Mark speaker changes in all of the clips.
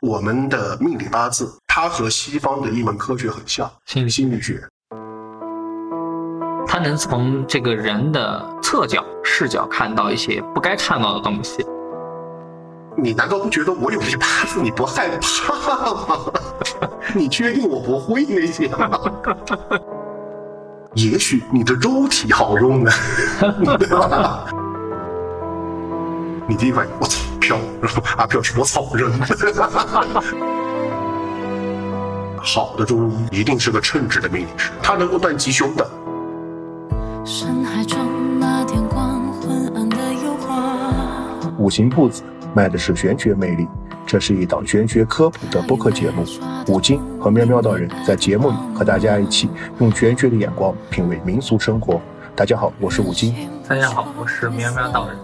Speaker 1: 我们的命理八字，它和西方的一门科学很像，
Speaker 2: 心理
Speaker 1: 心理学。
Speaker 2: 它能从这个人的侧角、视角看到一些不该看到的东西。
Speaker 1: 你难道不觉得我有这八字你不害怕吗？ 你确定我不会那些吗？ 也许你的肉体好用呢， 对吧？你第一反应我操飘，然后阿飘是我操人。 好的中医一定是个称职的命理师，他能够断吉凶的。
Speaker 3: 深海中那点光，昏暗的诱惑。
Speaker 4: 五行铺子卖的是玄学魅力，这是一档玄学科普的播客节目。五金和喵喵道人在节目里和大家一起用玄学的眼光品味民俗生活。大家好，我是五金。
Speaker 2: 大家好，我是喵喵道人。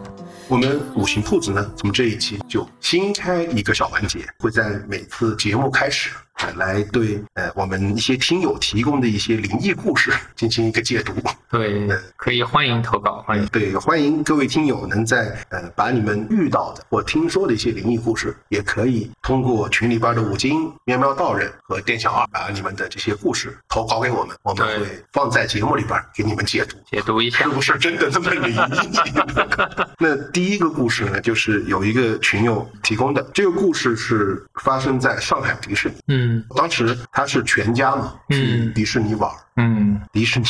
Speaker 1: 我们五行铺子呢，从这一期就新开一个小环节，会在每次节目开始，呃来对呃我们一些听友提供的一些灵异故事进行一个解读。
Speaker 2: 对，可以欢迎投稿，欢迎。
Speaker 1: 对，欢迎各位听友能在呃把你们遇到的或听说的一些灵异故事，也可以通过群里边的五金、喵喵道人和店小二把你们的这些故事投稿给我们，我们
Speaker 2: 对
Speaker 1: 会放在节目里边给你们解读。
Speaker 2: 解读一下
Speaker 1: 是，不是真的那么灵异？那第一个故事呢，就是有一个群友提供的。这个故事是发生在上海迪士尼，
Speaker 2: 嗯
Speaker 1: 当时他是全家嘛去
Speaker 2: 嗯
Speaker 1: 迪士尼玩儿。
Speaker 2: 嗯，
Speaker 1: 迪士尼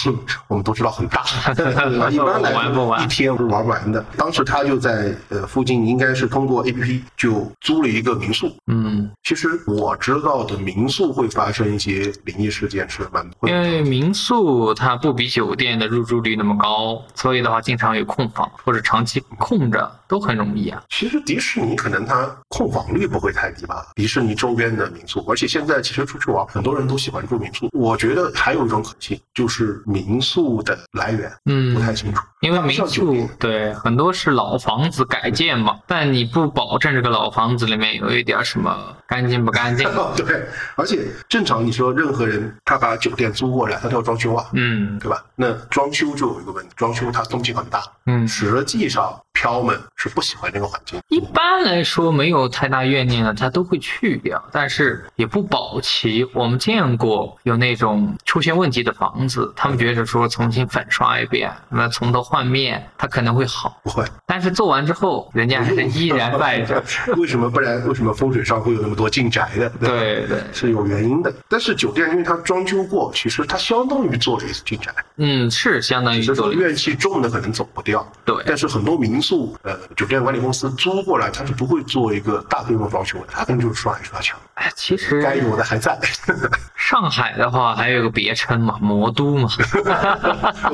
Speaker 1: 我们都知道很大， 一般来
Speaker 2: 玩不
Speaker 1: 说
Speaker 2: 完
Speaker 1: 一天是玩不完的。当时他就在呃附近，应该是通过 APP 就租了一个民宿。
Speaker 2: 嗯，
Speaker 1: 其实我知道的民宿会发生一些灵异事件是蛮多
Speaker 2: 因
Speaker 1: 的。
Speaker 2: 为民宿它不比酒店的入住率那么高，所以的话经常有空房或者长期空着都很容易啊。
Speaker 1: 其实迪士尼可能它控房率不会太低吧，迪士尼周边的民宿，而且现在其实出去玩，很多人都喜欢住民宿。我觉得还有一种可能性就是民宿的来源
Speaker 2: 嗯
Speaker 1: 不太清楚，
Speaker 2: 因为民
Speaker 1: 像酒
Speaker 2: 宿
Speaker 1: 店
Speaker 2: 对很多是老房子改建嘛，但你不保证这个老房子里面有一点儿什么干净不干净。啊
Speaker 1: 对，而且正常你说任何人他把酒店租过来，他都要装修啊，
Speaker 2: 嗯
Speaker 1: 对吧？那装修就有一个问题，装修它动静很大，
Speaker 2: 嗯，
Speaker 1: 实际上飘们是不喜欢这个环境。
Speaker 2: 一般来说没有太大怨念的，他都会去掉，但是也不保齐。我们见过有那种出现问题的房子，他们觉着说重新粉刷一遍，那从头换面，它可能会好。
Speaker 1: 不会，
Speaker 2: 但是做完之后，人家还是哎依然败着。
Speaker 1: 为什么？不然为什么风水上会有那么多进宅的？吧
Speaker 2: 对对，
Speaker 1: 是有原因的。但是酒店因为它装修过，其实它相当于做了一次进宅，
Speaker 2: 嗯，是相当于
Speaker 1: 只是
Speaker 2: 做
Speaker 1: 说
Speaker 2: 了一个
Speaker 1: 怨气重的可能走不掉。
Speaker 2: 对
Speaker 1: 但是很多民宿，呃，酒店管理公司租过来，它是不会做一个大规模装修的，它可能就是刷一刷墙，
Speaker 2: 哎，其实
Speaker 1: 该有的还在。
Speaker 2: 上海的话还有个别称嘛，魔都嘛，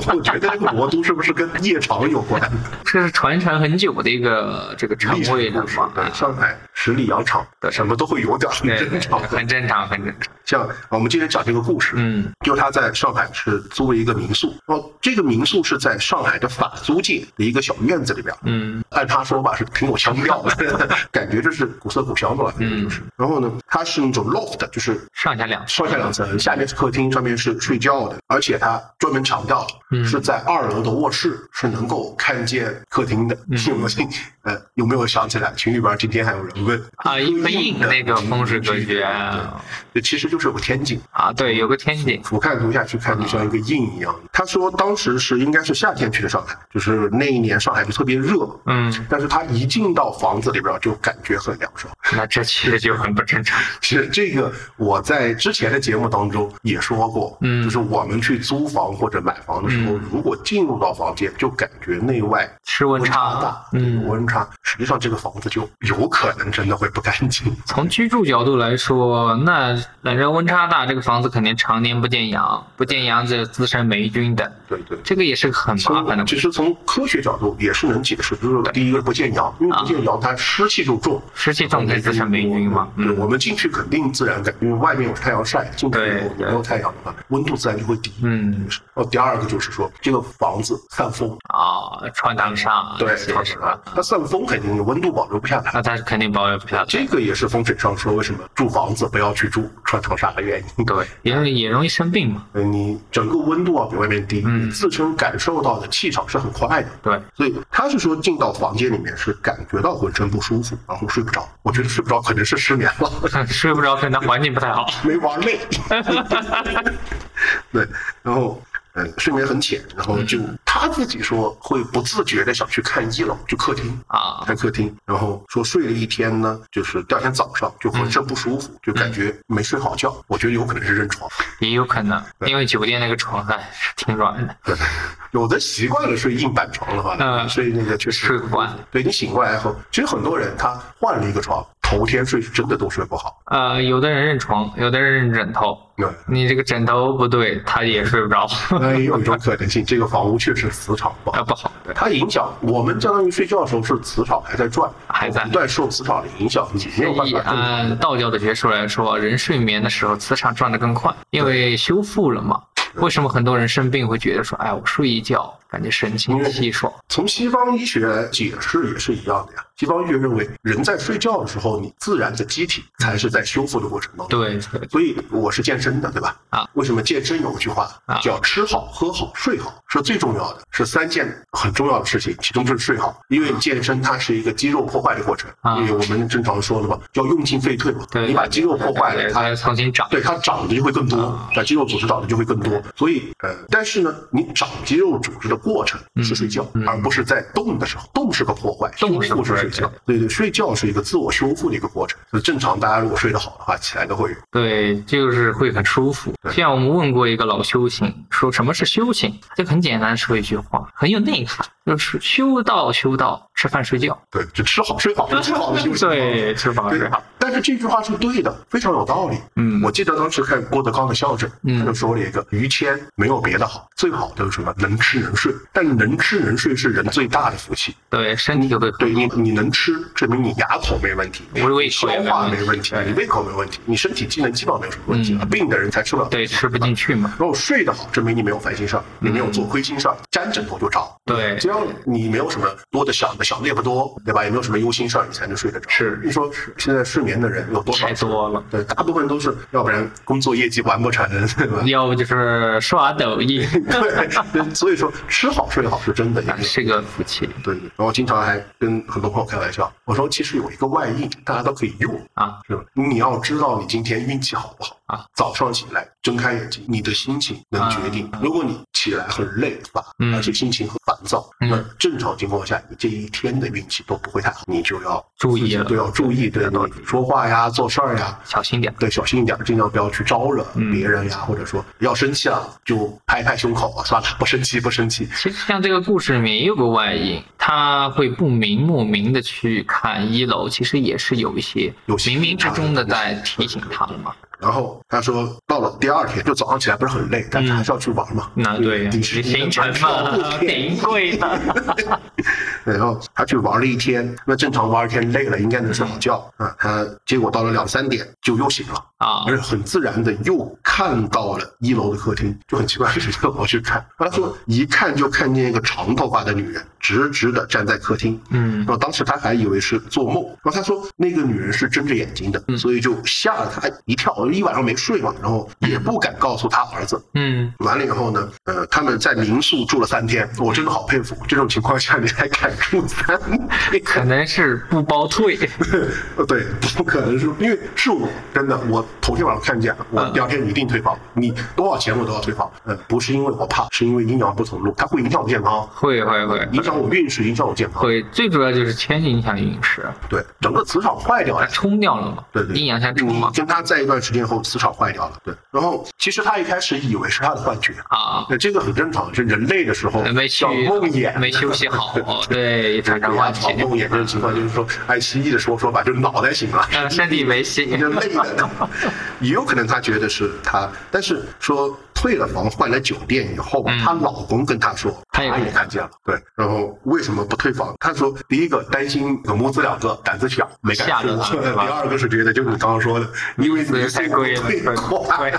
Speaker 1: 我觉得这个魔都是不是跟夜场有关？
Speaker 2: 这是传承很久的一个这个称
Speaker 1: 历
Speaker 2: 谓
Speaker 1: 史
Speaker 2: 的
Speaker 1: 故事
Speaker 2: 嘛，，
Speaker 1: 对上海十里洋场，
Speaker 2: 对
Speaker 1: 什么都会有点儿
Speaker 2: 对
Speaker 1: 正
Speaker 2: 对，
Speaker 1: 常
Speaker 2: 对。很正常，很正常。
Speaker 1: 像我们今天讲这个故事，
Speaker 2: 嗯，
Speaker 1: 就他在上海是租了一个民宿，然后这个民宿是在上海的法租界的一个小院子里边，
Speaker 2: 嗯
Speaker 1: 按他说吧是挺有腔调的， 感觉这是古色古香的吧，反正就是。
Speaker 2: 嗯
Speaker 1: 然后呢，它是那种 loft，就是
Speaker 2: 上下两层。
Speaker 1: 上下两层，下面是客厅，上面是睡觉的，而且他专门强调了，
Speaker 2: 嗯
Speaker 1: 是在二楼的卧室是能够看见客厅的。
Speaker 2: 嗯
Speaker 1: 有没有呃有没有想起来？群里边今天还有人问
Speaker 2: 啊，一飞印那个风水格局啊，
Speaker 1: 对其实就是有个天井，
Speaker 2: 啊，对，有个天井，
Speaker 1: 俯瞰图下去看，就像一个印一样。他说当时是应该是夏天去的上海，就是那一年上海就特别热，
Speaker 2: 嗯，
Speaker 1: 但是他一进到房子里边就感觉很凉爽。
Speaker 2: 那这其实就很不正常。
Speaker 1: 其实这个我在之前的节目当中也说过，
Speaker 2: 嗯
Speaker 1: 就是我们去租房或者买房的时候，如果进入到房间就感觉内外
Speaker 2: 吃温
Speaker 1: 差
Speaker 2: 差
Speaker 1: 大，，
Speaker 2: 嗯，
Speaker 1: 温差，实际上这个房子就有可能真的会不干净。
Speaker 2: 从居住角度来说，那反正温差大，这个房子肯定常年不见阳，不见阳就滋生霉菌的，
Speaker 1: 对对。
Speaker 2: 这个也是个很麻烦的问
Speaker 1: 其
Speaker 2: 题。
Speaker 1: 实从科学角度也是能解释，就是第一个是不见阳，因为不见
Speaker 2: 啊
Speaker 1: 阳它湿气就重，
Speaker 2: 湿气重才滋生霉菌嘛，
Speaker 1: 对，
Speaker 2: 嗯
Speaker 1: 我们进去肯定自然感，因为外面有太阳晒，进去以后
Speaker 2: 对
Speaker 1: 没有太阳的话，温度自然就会低。
Speaker 2: 嗯，
Speaker 1: 然后第二个就是说，这个房子散风，
Speaker 2: 啊，穿堂上啊
Speaker 1: 对
Speaker 2: 这，些
Speaker 1: 它
Speaker 2: 是吧？
Speaker 1: 它散风肯定温度保留不下来。
Speaker 2: 那它肯定保留不下
Speaker 1: 这
Speaker 2: 来，
Speaker 1: 个也是风水上说为什么住房子不要去住穿堂煞的原因。
Speaker 2: 对，也也容易生病嘛，
Speaker 1: 呃你整个温度啊比外面低，
Speaker 2: 嗯
Speaker 1: 你自身感受到的气场是很快的。
Speaker 2: 对，
Speaker 1: 所以他是说进到房间里面是感觉到浑身不舒服，然后睡不着。我觉得睡不着，可能是失眠了，
Speaker 2: 睡不着可能环境不太好。
Speaker 1: 没玩累。 对，然后嗯，睡眠很浅，然后就
Speaker 2: 嗯
Speaker 1: 他自己说会不自觉的想去看一楼，就客厅
Speaker 2: 啊
Speaker 1: 看客厅，然后说睡了一天呢，就是第二天早上就浑身不舒服，就感觉没睡好觉。我觉得有可能是认床，
Speaker 2: 也有可能，因为酒店那个床还是挺软的，
Speaker 1: 有的习惯了睡硬板床的话，
Speaker 2: 嗯
Speaker 1: 睡那个确实
Speaker 2: 睡不惯。
Speaker 1: 对你醒过来后，其实很多人他换了一个床，头天睡是真的都睡不好。
Speaker 2: 呃，有的人认床，有的人认枕头，
Speaker 1: 对，
Speaker 2: 你这个枕头不对，他也睡 不着，
Speaker 1: 那也有一种可能性，这个房屋确实磁场不好
Speaker 2: 啊。不好。对
Speaker 1: 它影响我们相当于睡觉的时候是磁场还在转，
Speaker 2: 还在
Speaker 1: 不断受磁场的影响，你没有办
Speaker 2: 以啊
Speaker 1: 法正常。
Speaker 2: 按道教的学说来说，人睡眠的时候磁场转得更快，因为修复了嘛。为什么很多人生病会觉得说，哎，我睡一觉感觉神清气爽？
Speaker 1: 从西方医学来解释也是一样的呀。西方医学认为，人在睡觉的时候，你自然的机体才是在修复的过程当中。
Speaker 2: 对对
Speaker 1: 所以我是健身的，对吧？
Speaker 2: 啊，
Speaker 1: 为什么健身有一句话
Speaker 2: 啊
Speaker 1: 叫“吃好、喝好、睡好”是最重要的，是三件很重要的事情，其中就是睡好，因为健身它是一个肌肉破坏的过程，
Speaker 2: 啊
Speaker 1: 因为我们正常说的嘛，叫用进废退嘛，
Speaker 2: 对，
Speaker 1: 你把肌肉破坏了，它
Speaker 2: 它重新长。
Speaker 1: 对它长的就会更多，
Speaker 2: 啊
Speaker 1: 那肌肉组织长的就会更多。所以，呃，但是呢，你长肌肉组织的过程是睡觉，而不是在动的时候。动是个破坏，
Speaker 2: 嗯动是
Speaker 1: 修复是
Speaker 2: 破坏
Speaker 1: 睡觉。对对，睡觉是一个自我修复的一个过程。所以正常大家如果睡得好的话，起来都会有。
Speaker 2: 对，就是会很舒服。像我们问过一个老修行，说什么是修行，他就很简单地说一句话，很有内涵，就是修道修道，吃饭睡觉。
Speaker 1: 对，就吃好睡好，吃好的休息。
Speaker 2: 对，吃饱
Speaker 1: 对
Speaker 2: 睡好。
Speaker 1: 但是这句话是对的，非常有道理。
Speaker 2: 嗯
Speaker 1: 我记得当时看郭德纲的相声，
Speaker 2: 嗯
Speaker 1: 他就说了一个于谦没有别的好，最好的是什么？能吃能睡。但能吃能睡是人最大的福气。
Speaker 2: 对，身体会
Speaker 1: 对你，你能吃，证明你牙口没问题，
Speaker 2: 我胃口也
Speaker 1: 消
Speaker 2: 没
Speaker 1: 化
Speaker 2: 问
Speaker 1: 没
Speaker 2: 题嗯
Speaker 1: 问题，你胃口没问题，你身体机能基本上没有什么问题了。病的人才吃不了，
Speaker 2: 对吃不进去嘛。
Speaker 1: 如果睡得好，证明你没有烦心事儿，你没有做亏心事儿，沾枕头就着。
Speaker 2: 对
Speaker 1: 只要你没有什么多的想的，想的也不多，对吧？也没有什么忧心事儿，你才能睡得着。
Speaker 2: 是
Speaker 1: 你说现在睡眠的人有多少？
Speaker 2: 太多了。
Speaker 1: 对，大部分都是，要不然工作业绩完不成，对 吧？
Speaker 2: 要不就是刷抖音，啊
Speaker 1: 对，所以说吃好睡好是真的一个。
Speaker 2: 是个福气
Speaker 1: 对对，然后经常还跟很多朋友开玩笑，我说其实有一个外应，大家都可以用，
Speaker 2: 啊！
Speaker 1: 是吧？你要知道你今天运气好不好
Speaker 2: 啊！
Speaker 1: 早上起来睁开眼睛，你的心情能决定。如果你起来很累乏，
Speaker 2: 啊嗯
Speaker 1: 而且心情很烦躁，
Speaker 2: 嗯
Speaker 1: 那正常情况下，你这一天的运气都不会太好，你就要
Speaker 2: 注意了
Speaker 1: 对，要注意对你说话呀、做事儿呀。
Speaker 2: 小心点。
Speaker 1: 对，小心一点，尽量不要去招惹
Speaker 2: 嗯
Speaker 1: 别人呀，或者说要生气了就拍拍胸口啊，算了，不生气，不生气。
Speaker 2: 其实像这个故事里面也有个外因，他会不明莫名的去看一楼，其实也是有一些
Speaker 1: 有些
Speaker 2: 冥冥之中的在提醒他们嘛。
Speaker 1: 然后他说，到了第二天，就早上起来不是很累，但是还是要去玩嘛。
Speaker 2: 那嗯啊对，
Speaker 1: 你是
Speaker 2: 行程嘛， 挺贵的。
Speaker 1: 然后他去玩了一天，那正常玩一天累了，应该能睡好觉啊。他结果到了两三点就又醒了
Speaker 2: 嗯啊
Speaker 1: 而且很自然的又看到了一楼的客厅，就很奇怪，谁叫我去看？他说一看就看见一个长头发的女人直直的站在客厅，
Speaker 2: 嗯
Speaker 1: 然后当时他还以为是做梦，然后他说那个女人是睁着眼睛的，
Speaker 2: 嗯
Speaker 1: 所以就吓了他一跳，一晚上没睡嘛，然后也不敢告诉他儿子，
Speaker 2: 嗯，
Speaker 1: 完了以后呢，呃，他们在民宿住了三天，我真的好佩服，这种情况下你还敢住三天？
Speaker 2: 可能是不包退。
Speaker 1: 呃 对，不可能是，因为是我真的，我头天晚上看见了，
Speaker 2: 嗯
Speaker 1: 我第二天一定退房，你多少钱我都要退房。呃，不是因为我怕，是因为阴阳不同路，它会影响我健康，
Speaker 2: 会会会
Speaker 1: 影响我运势，影响我健康。
Speaker 2: 会，最主要就是铅影响陨石，
Speaker 1: 对，整个磁场坏掉
Speaker 2: 它
Speaker 1: 了。
Speaker 2: 冲掉了嘛，
Speaker 1: 对对，
Speaker 2: 阴阳相冲
Speaker 1: 你
Speaker 2: 嘛。
Speaker 1: 跟他在一段时间后，磁场坏掉了。对，然后其实他一开始以为是他的幻觉，
Speaker 2: 啊，呃
Speaker 1: 对，这个很正常，是人类的时候
Speaker 2: 没去
Speaker 1: 叫梦魇，
Speaker 2: 没休息好，对，常
Speaker 1: 然
Speaker 2: 常
Speaker 1: 后
Speaker 2: 换
Speaker 1: 床梦魇这种情况，就是说按西医的说说法，就是脑袋醒了，
Speaker 2: 嗯身体没醒
Speaker 1: 你就累的，也有可能她觉得是她，但是说退了房换了酒店以后，她老公跟她说，她
Speaker 2: 她嗯也
Speaker 1: 也看见了，对，然后为什么不退房？她说第一个担心有母子两个胆子小没敢
Speaker 2: 吓
Speaker 1: 说
Speaker 2: 着，她是吧
Speaker 1: 第二个是觉得就是你刚刚说的，因为
Speaker 2: 所
Speaker 1: 你
Speaker 2: 以太贵了，
Speaker 1: 退
Speaker 2: 贵
Speaker 1: 款，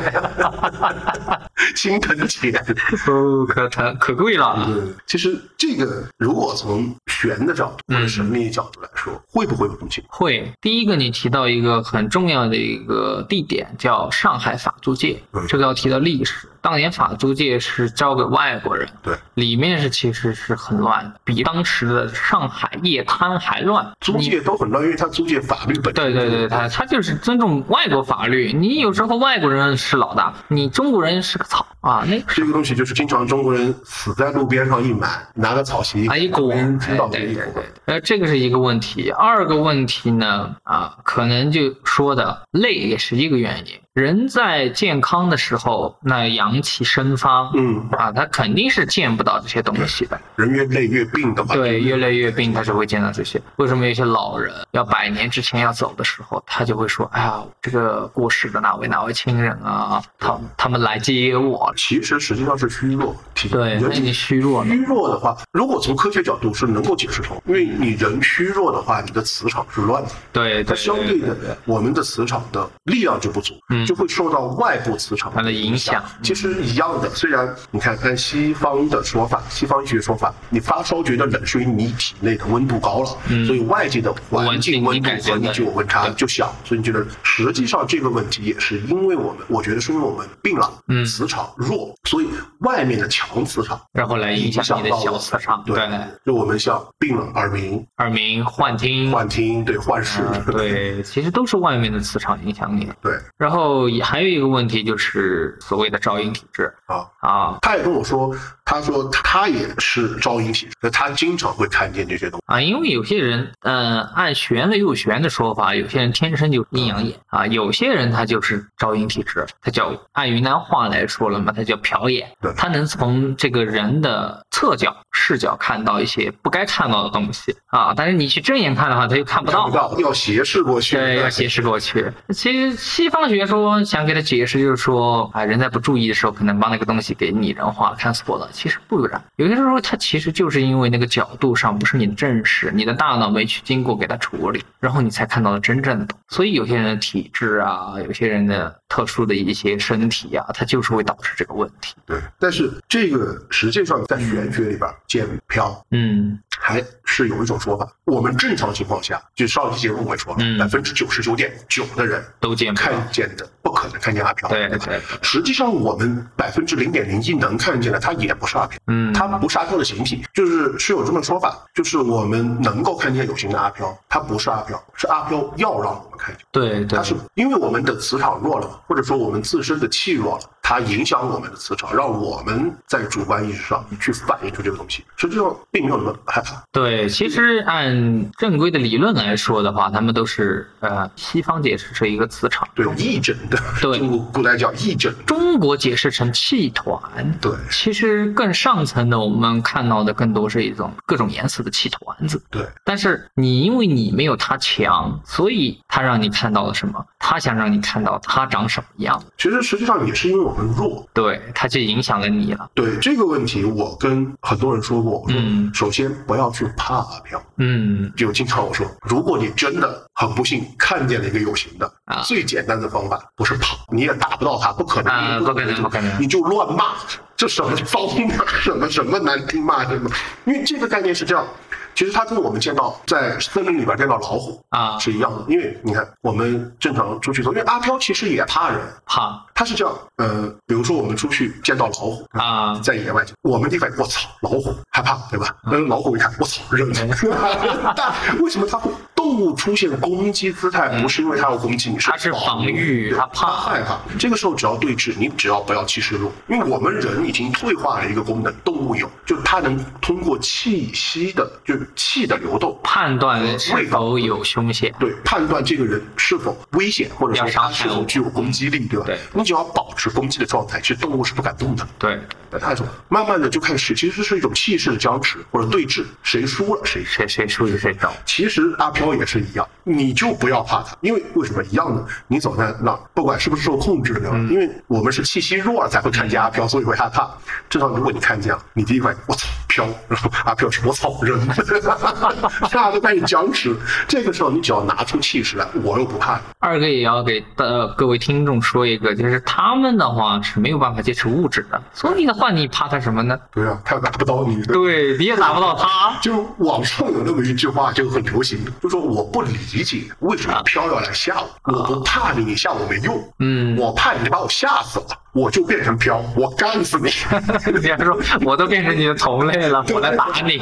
Speaker 1: 心疼钱。
Speaker 2: 哦，可疼可贵了。
Speaker 1: 嗯，其实这个如果从玄的角度或
Speaker 2: 嗯
Speaker 1: 者神秘角度来说，会不会有这种情况？
Speaker 2: 会，第一个你提到一个很重要的一个地点，叫上海法租界
Speaker 1: 嗯，
Speaker 2: 这个要提到历史。当年法租界是交给外国人，
Speaker 1: 对，
Speaker 2: 里面是其实是很乱的，比当时的上海夜摊还乱。
Speaker 1: 租界都很乱，因为它租界法律本身
Speaker 2: 对对对，他他就是尊重外国法律。你有时候外国人是老大，你中国人是个草啊，那
Speaker 1: 这个东西就是经常中国人死在路边上一埋，拿个草席
Speaker 2: 啊
Speaker 1: 没
Speaker 2: 一
Speaker 1: 人
Speaker 2: 滚，
Speaker 1: 知
Speaker 2: 哎
Speaker 1: 道的
Speaker 2: 对
Speaker 1: 一
Speaker 2: 对
Speaker 1: 滚
Speaker 2: 对，呃，这个是一个问题。二个问题呢，啊，可能就说的累也是一个原因。人在健康的时候，那阳气生发，
Speaker 1: 嗯，
Speaker 2: 啊，他肯定是见不到这些东西的。
Speaker 1: 人越累越病的话，
Speaker 2: 对，越来越病，他是会见到这些。为什么有些老人要百年之前要走的时候，他就会说：“哎呀，这个过世的哪位哪位亲人啊，他他们来接我。
Speaker 1: 其实实际上是虚弱，体”
Speaker 2: 对，
Speaker 1: 人
Speaker 2: 那你虚弱了。
Speaker 1: 虚弱的话，如果从科学角度是能够解释通，因为你人虚弱的话，你的磁场是乱的，
Speaker 2: 对，
Speaker 1: 它
Speaker 2: 对
Speaker 1: 相对的，我们的磁场的力量就不足，
Speaker 2: 嗯
Speaker 1: 就会受到外部磁场
Speaker 2: 它的影响嗯
Speaker 1: 响。其实一样的，虽然你看按西方的说法，西方医学说法，你发烧觉得冷是因为你体内的温度高了，
Speaker 2: 嗯
Speaker 1: 所以外界的环
Speaker 2: 环境
Speaker 1: 境温
Speaker 2: 你
Speaker 1: 度
Speaker 2: 感觉
Speaker 1: 和你
Speaker 2: 的
Speaker 1: 就有温差
Speaker 2: 对
Speaker 1: 就小，所以你觉得实际上这个问题也是因为我们，我觉得是因为我们病了，
Speaker 2: 嗯
Speaker 1: 磁场弱，所以外面的强磁场。
Speaker 2: 然后来影响你的
Speaker 1: 到
Speaker 2: 小
Speaker 1: 我
Speaker 2: 磁场。
Speaker 1: 对，就我们像病了耳鸣、
Speaker 2: 耳鸣、幻听，
Speaker 1: 幻听，对幻视
Speaker 2: 嗯，对，其实都是外面的磁场影响你的。
Speaker 1: 对
Speaker 2: 然后也还有一个问题就是所谓的招阴体质
Speaker 1: 啊。
Speaker 2: 啊
Speaker 1: 他也跟我说，他说他也是招阴体质，他经常会看见这些东西。
Speaker 2: 啊，因为有些人，嗯、按玄的有玄的说法，有些人天生就阴阳眼啊，有些人他就是招阴体质，他叫按云南话来说了嘛，他叫瞟眼
Speaker 1: 对，
Speaker 2: 他能从这个人的侧角、视角看到一些不该看到的东西啊，但是你去正眼看的话，他就看不
Speaker 1: 看
Speaker 2: 到
Speaker 1: 不。到，要斜视过去，
Speaker 2: 对，要斜视过去。其实西方学说想给他解释，就是说啊，人在不注意的时候，可能把那个东西给拟人化、看错了。其实不然，有些时候它其实就是因为那个角度上不是你的正视，你的大脑没去经过给它处理，然后你才看到了真正的东西。所以有些人的体质啊，有些人的特殊的一些身体啊，它就是会导致这个问题。
Speaker 1: 对。但是这个实际上在玄学里边，见飘
Speaker 2: 嗯
Speaker 1: 还是有一种说法。我们正常情况下，就上期节目我也说了，
Speaker 2: 嗯
Speaker 1: 百分之九十九点九的人
Speaker 2: 都见不到
Speaker 1: 看见的不可能看见阿飘，
Speaker 2: 对
Speaker 1: 吧
Speaker 2: 对对
Speaker 1: 实际上我们百分之零点零一能看见的，它也不是阿飘。
Speaker 2: 嗯，
Speaker 1: 它不是阿飘的形体，就是是有这么说法，就是我们能够看见有形的阿飘，它不是阿飘，是阿飘要让我们看见，
Speaker 2: 对对
Speaker 1: 它是因为我们的磁场弱了，或者说我们自身的气弱了，它影响我们的磁场，让我们在主观意识上去反映出这个东西，实际上并没有那么害怕。
Speaker 2: 对，其实按正规的理论来说的话，他们都是呃，西方解释是一个磁场，
Speaker 1: 对，义诊的，
Speaker 2: 对
Speaker 1: 中国古代叫义诊，
Speaker 2: 中国解释成气团，
Speaker 1: 对
Speaker 2: 其实更上层的我们看到的更多是一种各种颜色的气团子。
Speaker 1: 对
Speaker 2: 但是你因为你没有他强，所以他让你看到了什么？他想让你看到他长什么样，
Speaker 1: 其实实际上也是因为我们弱，
Speaker 2: 对，他就影响了你了。
Speaker 1: 对这个问题，我跟很多人说过，我说
Speaker 2: 嗯
Speaker 1: 首先不要去怕阿飘。
Speaker 2: 嗯，
Speaker 1: 就经常我说，如果你真的很不幸看见了一个有形的，
Speaker 2: 啊
Speaker 1: 最简单的方法不是跑，你也打不到他，不可能，
Speaker 2: 啊
Speaker 1: 你
Speaker 2: 不可能不可能
Speaker 1: 你就乱骂，这什么脏话， 什么什么难听骂什么，因为这个概念是这样。其实它跟我们见到在森林里边见到老虎
Speaker 2: 啊
Speaker 1: 是一样的，因为你看我们正常出去走，因为阿飘其实也怕人，
Speaker 2: 怕
Speaker 1: 他是这样，呃，比如说我们出去见到老虎，
Speaker 2: 啊，
Speaker 1: 在野外，我们地方，我操，老虎害怕，对吧？那老虎一看，我操，人。
Speaker 2: 嗯
Speaker 1: 但为什么它会动物出现攻击姿态？不是因为它要攻击你，
Speaker 2: 嗯它是防御
Speaker 1: 对
Speaker 2: 它怕
Speaker 1: 害怕。这个时候只要对峙，你只要不要气势弱，因为我们人已经退化了一个功能，动物有，就它能通过气息的，就是气的流动。
Speaker 2: 判断是否有凶险。
Speaker 1: 对，判断这个人是否危险，或者说
Speaker 2: 要伤
Speaker 1: 他
Speaker 2: 害
Speaker 1: 是否
Speaker 2: 我
Speaker 1: 具有攻击力，对吧？
Speaker 2: 对
Speaker 1: 你只要保持攻击的状态，其实动物是不敢动的。
Speaker 2: 对，
Speaker 1: 那种慢慢的就开始，其实是一种气势的僵持或者对峙，谁输了谁
Speaker 2: 谁谁输就谁走。
Speaker 1: 其实阿飘也是一样，你就不要怕他，因为为什么一样呢？你走在那儿，不管是不是受控制的，对吧？因为我们是气息弱了才会看见阿飘，所以会害怕。正常，如果你看见了，啊你第一反应我操飘，然后阿飘是我操人， 大家都开始僵持。这个时候你只要拿出气势来，我又不怕你。
Speaker 2: 二个也要给呃各位听众说一个，就是他们的话是没有办法接触物质的，所以的话你怕他什么呢？
Speaker 1: 对啊，他又打不到你，对吧
Speaker 2: 对，你也打不到他。
Speaker 1: 就网上有那么一句话就很流行，就说我不理解为什么飘要来吓我，我不怕你，你吓我没用，
Speaker 2: 嗯
Speaker 1: 我怕你把我吓死了，我就变成飘，我干死 你！
Speaker 2: 你要说我都变成你的同类了，我来打 你。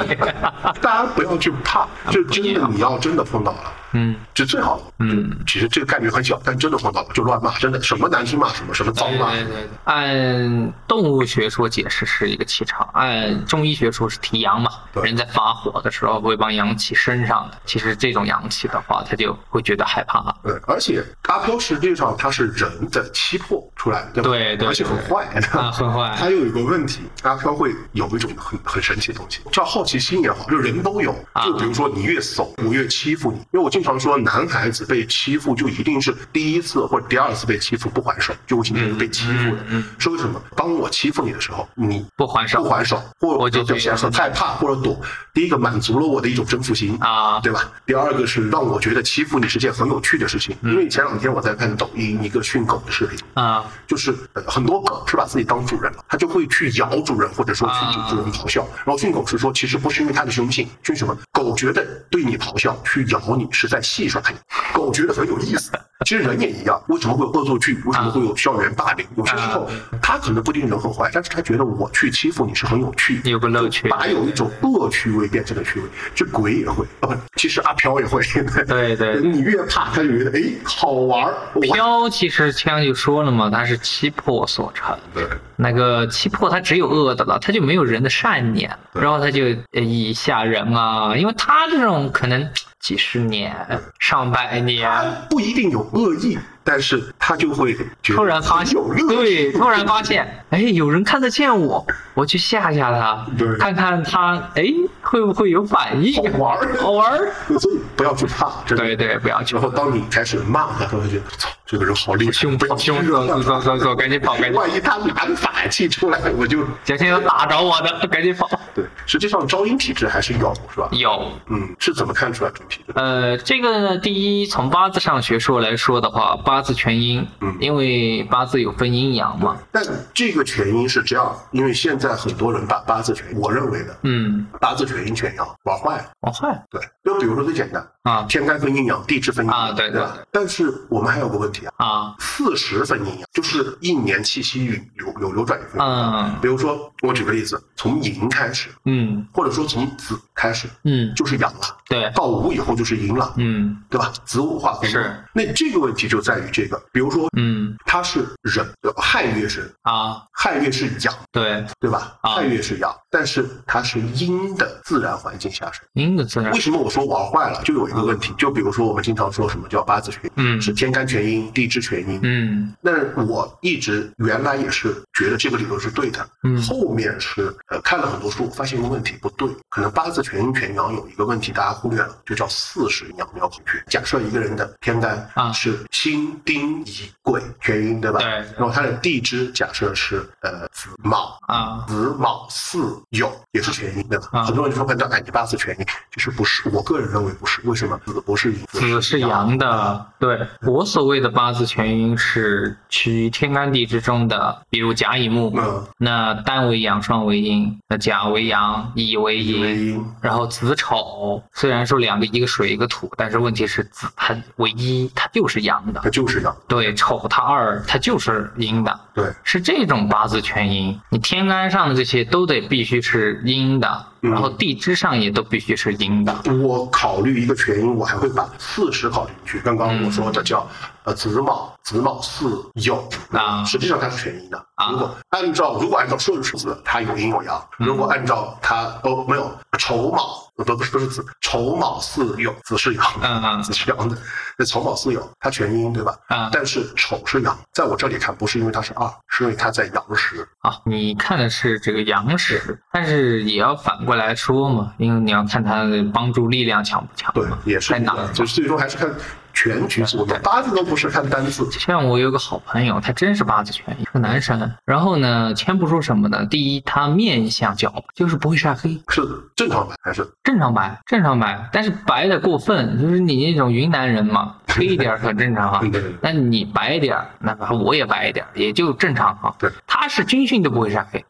Speaker 1: 大家不要去 怕，就真
Speaker 2: 不
Speaker 1: 的
Speaker 2: 要
Speaker 1: 你要真的碰到了，
Speaker 2: 嗯，
Speaker 1: 就最好。
Speaker 2: 嗯，
Speaker 1: 其实这个概率很小，但真的碰到了就乱骂，真的什么难听骂什么，什么脏骂
Speaker 2: 对。对对，按动物学说解释是一个气场，按中医学说是提阳嘛。
Speaker 1: 对
Speaker 2: 人在发火的时候会往阳气身上的，其实这种阳气的话，他就会觉得害怕。
Speaker 1: 对，而且阿飘实际上他是人的欺破出来的，吧
Speaker 2: 对对
Speaker 1: 而且很
Speaker 2: 对
Speaker 1: 坏
Speaker 2: 啊很坏
Speaker 1: 他又有一个问题，阿飘会有一种很很神奇的东西，叫好奇心也好，就人都有。
Speaker 2: 啊
Speaker 1: 就比如说你越怂，我越欺负你，因为我经常说，男孩子被欺负就一定是第一次或者第二次被欺负不还手，就今天是被欺负的。
Speaker 2: 嗯
Speaker 1: 是为什么？当我欺负你的时候，你
Speaker 2: 不还手
Speaker 1: 不还手，或
Speaker 2: 我
Speaker 1: 者
Speaker 2: 就
Speaker 1: 表
Speaker 2: 觉
Speaker 1: 现
Speaker 2: 得
Speaker 1: 很害怕或者躲。第一个满足了我的一种征服心
Speaker 2: 啊
Speaker 1: 对吧？第二个是让我觉得欺负你是件很有趣的事情，
Speaker 2: 嗯
Speaker 1: 因为前两天我在看抖音一个训狗的视频，
Speaker 2: 啊、
Speaker 1: 就是呃很多狗是把自己当主人了，它就会去咬主人，或者说去
Speaker 2: 啊
Speaker 1: 主人咆哮。然后训狗是说，其实不是因为它的凶性，训什么？狗觉得对你咆哮，去咬你是在戏耍你，狗觉得很有意思。其实人也一样，为什么会有恶作剧？为什么会有校园霸凌？有些时
Speaker 2: 啊
Speaker 1: 候他可能不一定人很坏，但是他觉得我去欺负你是很有趣，
Speaker 2: 有个乐趣
Speaker 1: 就把有一种恶趣味变成了趣味。这鬼也会，啊不，其实阿飘也会。
Speaker 2: 对对
Speaker 1: 你越怕，他就觉得哎好玩儿，我
Speaker 2: 飘其实刚就说了嘛，它是七魄所成。
Speaker 1: 对
Speaker 2: 那个气魄它只有恶的了，它就没有人的善念，然后它就呃以下人啊，因为他这种可能几十年、上百
Speaker 1: 他
Speaker 2: 年，
Speaker 1: 不一定有恶意，但是他就会觉得
Speaker 2: 突然发现
Speaker 1: 有，乐趣。
Speaker 2: 对，突然发现，哎，有人看得见我，我去吓吓他
Speaker 1: 对，
Speaker 2: 看看他，哎，会不会有反应？
Speaker 1: 好玩儿
Speaker 2: 好玩儿
Speaker 1: 所以不要去怕，真的。
Speaker 2: 对对，不要去
Speaker 1: 然。后当你开始骂他，他会觉得操，这个人好厉害，
Speaker 2: 凶
Speaker 1: 不要
Speaker 2: 凶
Speaker 1: 惹
Speaker 2: 走走走走， 赶紧跑，赶紧跑！
Speaker 1: 万一他拿个法器出来，我就
Speaker 2: 小心要打着我的，赶紧跑！
Speaker 1: 对。实际上，招阴体质还是有，是吧？
Speaker 2: 有
Speaker 1: 嗯，是怎么看出来这种体质的？
Speaker 2: 呃，这个呢，第一，从八字上学说来说的话，八字全阴，
Speaker 1: 嗯
Speaker 2: 因为八字有分阴阳嘛，
Speaker 1: 但这个全因是这样，因为现在很多人把八字全，我认为的
Speaker 2: 嗯，
Speaker 1: 八字全阴全阳玩坏了。
Speaker 2: 往坏
Speaker 1: 对，就比如说最简单，
Speaker 2: 啊
Speaker 1: 天干分阴阳，地支分阴阳，
Speaker 2: 啊对
Speaker 1: 对吧？但是我们还有个问题啊，
Speaker 2: 啊，
Speaker 1: 四十分阴阳，就是一年气息与流流流转一分。
Speaker 2: 嗯
Speaker 1: 比如说，我举个例子，从寅开始，
Speaker 2: 嗯
Speaker 1: 或者说从子开始，
Speaker 2: 嗯，
Speaker 1: 就是阳了，
Speaker 2: 对，
Speaker 1: 到午以后就是阴了，
Speaker 2: 嗯
Speaker 1: 对吧？子午化分。
Speaker 2: 是。
Speaker 1: 那这个问题就在于这个，比如说，
Speaker 2: 嗯
Speaker 1: 它是人，呃亥月是
Speaker 2: 啊，
Speaker 1: 亥月是阳，
Speaker 2: 对，
Speaker 1: 对吧？
Speaker 2: 啊
Speaker 1: 亥月是阳，但是它是阴的自然环境下生。
Speaker 2: 阴的自然
Speaker 1: 为，什么我说玩坏了？就有一个问题，就比如说我们经常说什么叫八字全阴，
Speaker 2: 嗯
Speaker 1: 是天干全阴，地支全阴，
Speaker 2: 嗯
Speaker 1: 那我一直原来也是觉得这个理论是对的，
Speaker 2: 嗯
Speaker 1: 后面是呃看了很多书，发现一个问题不对，可能八字全阴全阳有一个问题大家忽略了，就叫四十阳爻孔穴。假设一个人的天干
Speaker 2: 啊
Speaker 1: 是辛丁乙癸全阴，对吧？
Speaker 2: 对
Speaker 1: 然后他的地支假设是呃子卯。
Speaker 2: 啊，
Speaker 1: 子卯巳酉也是全阴，对吧？
Speaker 2: 啊
Speaker 1: 很多人就说判断哎，你八字全阴，其实不是。我个人认为不是，为什么？子不是阴，
Speaker 2: 子是阳的，对我所谓的八字全阴是取天干地支中的，比如甲乙木，
Speaker 1: 嗯
Speaker 2: 那单为阳，双为阴，那甲为阳，乙为
Speaker 1: 乙为
Speaker 2: 阴
Speaker 1: 阴，
Speaker 2: 然后子丑，虽然说两个一个水一个土，但是问题是子它为一，它就是阳的
Speaker 1: 它，就是阳。
Speaker 2: 对，丑它二，它就是阴的，
Speaker 1: 对，
Speaker 2: 是这种八字全阴。你天干上的这些都得必须是阴的，
Speaker 1: 嗯
Speaker 2: 然后地支上也都必须是阴的，
Speaker 1: 我考虑一个全因，我还会把四时考虑进去。刚刚我说的叫、呃子卯子卯巳酉
Speaker 2: 嗯啊
Speaker 1: 实际上它是全阴的。
Speaker 2: 啊嗯
Speaker 1: 如果按照如果按照顺数字，它有阴有阳；如果按照它哦没有丑卯呃不不是不是子丑卯巳酉子是阳，
Speaker 2: 嗯嗯
Speaker 1: 子是阳的。那丑卯巳酉它全阴对吧？
Speaker 2: 啊
Speaker 1: 但是丑是阳，在我这里看不是因为它是二，是因为它在阳时。
Speaker 2: 啊，你看的是这个阳时，但是也要反过来说嘛，因为你要看它的帮助力量强不强
Speaker 1: 对
Speaker 2: 嘛，，
Speaker 1: 也是
Speaker 2: 在
Speaker 1: 一
Speaker 2: 哪
Speaker 1: 个
Speaker 2: 儿嘛
Speaker 1: 就是最终还是看全局所的，八字都不是看单字。
Speaker 2: 像我有个好朋友，他真是八字全阴，是个男生。然后呢，先不说什么呢，第一，他面相较白，就是不会晒黑，
Speaker 1: 是正常版还是
Speaker 2: 正常白，正常白，但是白的过分，就是你那种云南人嘛， 黑一点儿很正常啊
Speaker 1: 对对对。
Speaker 2: 那你白一点儿，那我也白一点儿，也就正常啊。
Speaker 1: 对，
Speaker 2: 他是军训都不会晒黑。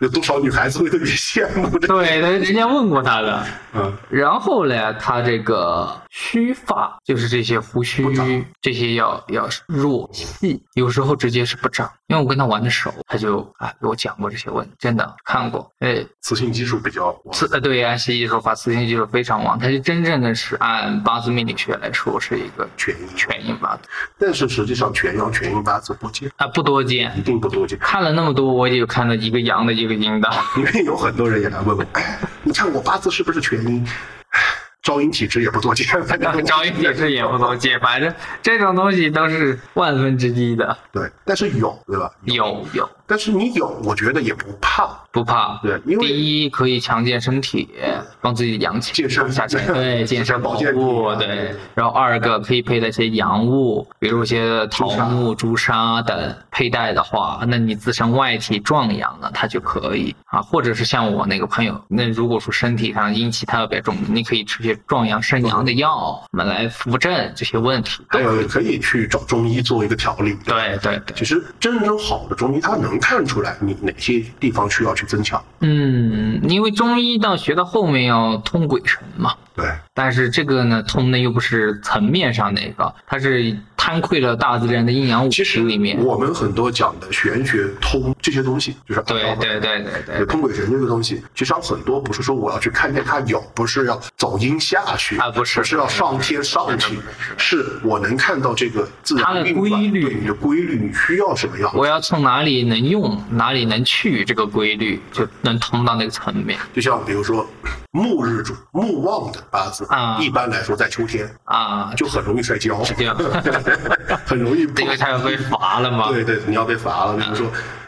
Speaker 1: 有多少女孩子会特别羡慕这？
Speaker 2: 对，他人家问过他的。
Speaker 1: 嗯，
Speaker 2: 然后嘞，他这个须发就是这些胡须
Speaker 1: 不长
Speaker 2: 这些要要弱细，有时候直接是不长。因为我跟他玩的熟，他就啊给我讲过这些问题，真的看过。呃，
Speaker 1: 雌性激素比较旺
Speaker 2: 自呃对按西医说法，雌性激素非常旺，它是真正的是按八字命理学来说是一个
Speaker 1: 全阴，
Speaker 2: 全阴八字
Speaker 1: 但是实际上全阳全阴八字不见，
Speaker 2: 啊，不多见
Speaker 1: 一。定不多见。
Speaker 2: 看了那么多，我也有看到一个阳的，一个阴的。
Speaker 1: 因为有很多人也来问我，哎，你看我八字是不是全阴？哎招阴体质也不多 见，反正
Speaker 2: 找一解释也不能解，反正这种东西都是万分之一的。
Speaker 1: 对，但是有对吧？
Speaker 2: 有有，
Speaker 1: 但是你有，我觉得也不怕。
Speaker 2: 不怕。
Speaker 1: 对因为
Speaker 2: 第一可以强健身体，帮自己养起
Speaker 1: 健身
Speaker 2: 下 潜，对健身
Speaker 1: 保
Speaker 2: 保
Speaker 1: 健
Speaker 2: 护，
Speaker 1: 品啊
Speaker 2: 对。然后二个可以佩戴一些洋物，比如一些桃
Speaker 1: 朱砂
Speaker 2: 木、朱砂等佩戴的话，那你自身外体壮阳了，它就可以啊。或者是像我那个朋友，那如果说身体上阴气特别重，你可以吃些壮阳生阳的药，我们来扶正这些问题。
Speaker 1: 还有可以去找中医做一个调理。
Speaker 2: 对对对，
Speaker 1: 其实真正好的中医，他能看出来你哪些地方需要去增强。
Speaker 2: 嗯，因为中医到学到后面要通鬼神嘛，
Speaker 1: 对，
Speaker 2: 但是这个呢，通的又不是层面上那个，它是摊溃了大自然的阴阳五
Speaker 1: 其实
Speaker 2: 行里面。
Speaker 1: 我们很多讲的玄学通这些东西，就是
Speaker 2: 对对对对
Speaker 1: 对
Speaker 2: 对，
Speaker 1: 通鬼神这个东西，其实很多不是说我要去看见它有，不是要走阴下去
Speaker 2: 啊不是
Speaker 1: 是要上天上去，是我能看到这个自然
Speaker 2: 它的
Speaker 1: 运转
Speaker 2: 规律
Speaker 1: 对你的规律，你需要什么样。
Speaker 2: 我要从哪里能用，哪里能去，这个规律就能通到那个层面
Speaker 1: 就像比如说木日主木旺的八字，
Speaker 2: 啊
Speaker 1: 一般来说在秋天
Speaker 2: 啊，
Speaker 1: 就很容易摔跤，
Speaker 2: 这样，
Speaker 1: 很容易
Speaker 2: 因为它要被罚了嘛。
Speaker 1: 对对，你要被罚了。比如说，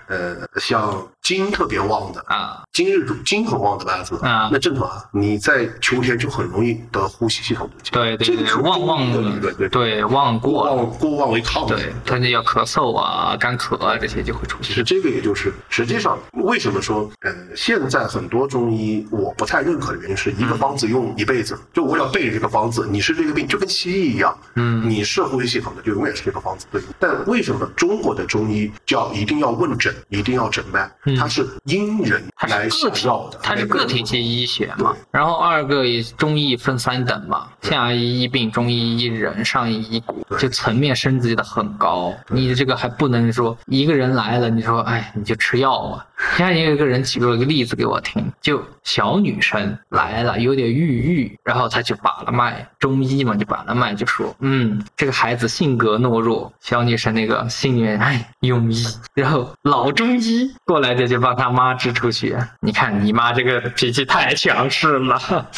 Speaker 1: 呃，像金特别旺的，
Speaker 2: 啊，
Speaker 1: 金日主金很旺的八字，
Speaker 2: 啊
Speaker 1: 那正常啊，你在秋天就很容易得呼吸系统的疾病。
Speaker 2: 对
Speaker 1: 这
Speaker 2: 对
Speaker 1: 个
Speaker 2: 对
Speaker 1: 是，
Speaker 2: 忘
Speaker 1: 中医的理
Speaker 2: 忘
Speaker 1: 论，对
Speaker 2: 对忘
Speaker 1: 过
Speaker 2: 过了，
Speaker 1: 旺过旺为亢的。
Speaker 2: 对，它就要咳嗽啊、干咳啊这些就会出
Speaker 1: 其
Speaker 2: 现
Speaker 1: 实。这个也就是，实际上为什么说，呃，现在很多中医我不太认可的原因是一个
Speaker 2: 嗯
Speaker 1: 方子用一辈子，就我要背着这个方子，你是这个病，就跟西医一样，嗯，你是呼吸系统的，就永远是这个方子对应。但为什么中国的中医叫一定要问诊，一定要诊脉，它是因人
Speaker 2: 嗯它
Speaker 1: 来
Speaker 2: 是
Speaker 1: 下
Speaker 2: 个体
Speaker 1: 药的，
Speaker 2: 它是个体
Speaker 1: 基
Speaker 2: 性医学嘛。然后二个也中医分三等嘛，下医医病，中医医人，上医医骨，就层面升级的很高。你这个还不能说一个人来了，你说哎你就吃药啊。现在也有一个人举了个例子给我听，就小女生来了，有点抑郁，然后她就把了脉，中医嘛就把了脉，就说嗯这个孩子性格懦弱，小女生那个心里面哎庸医，然后老中医过来这就帮他妈治出血。你看你妈这个脾气太强势了，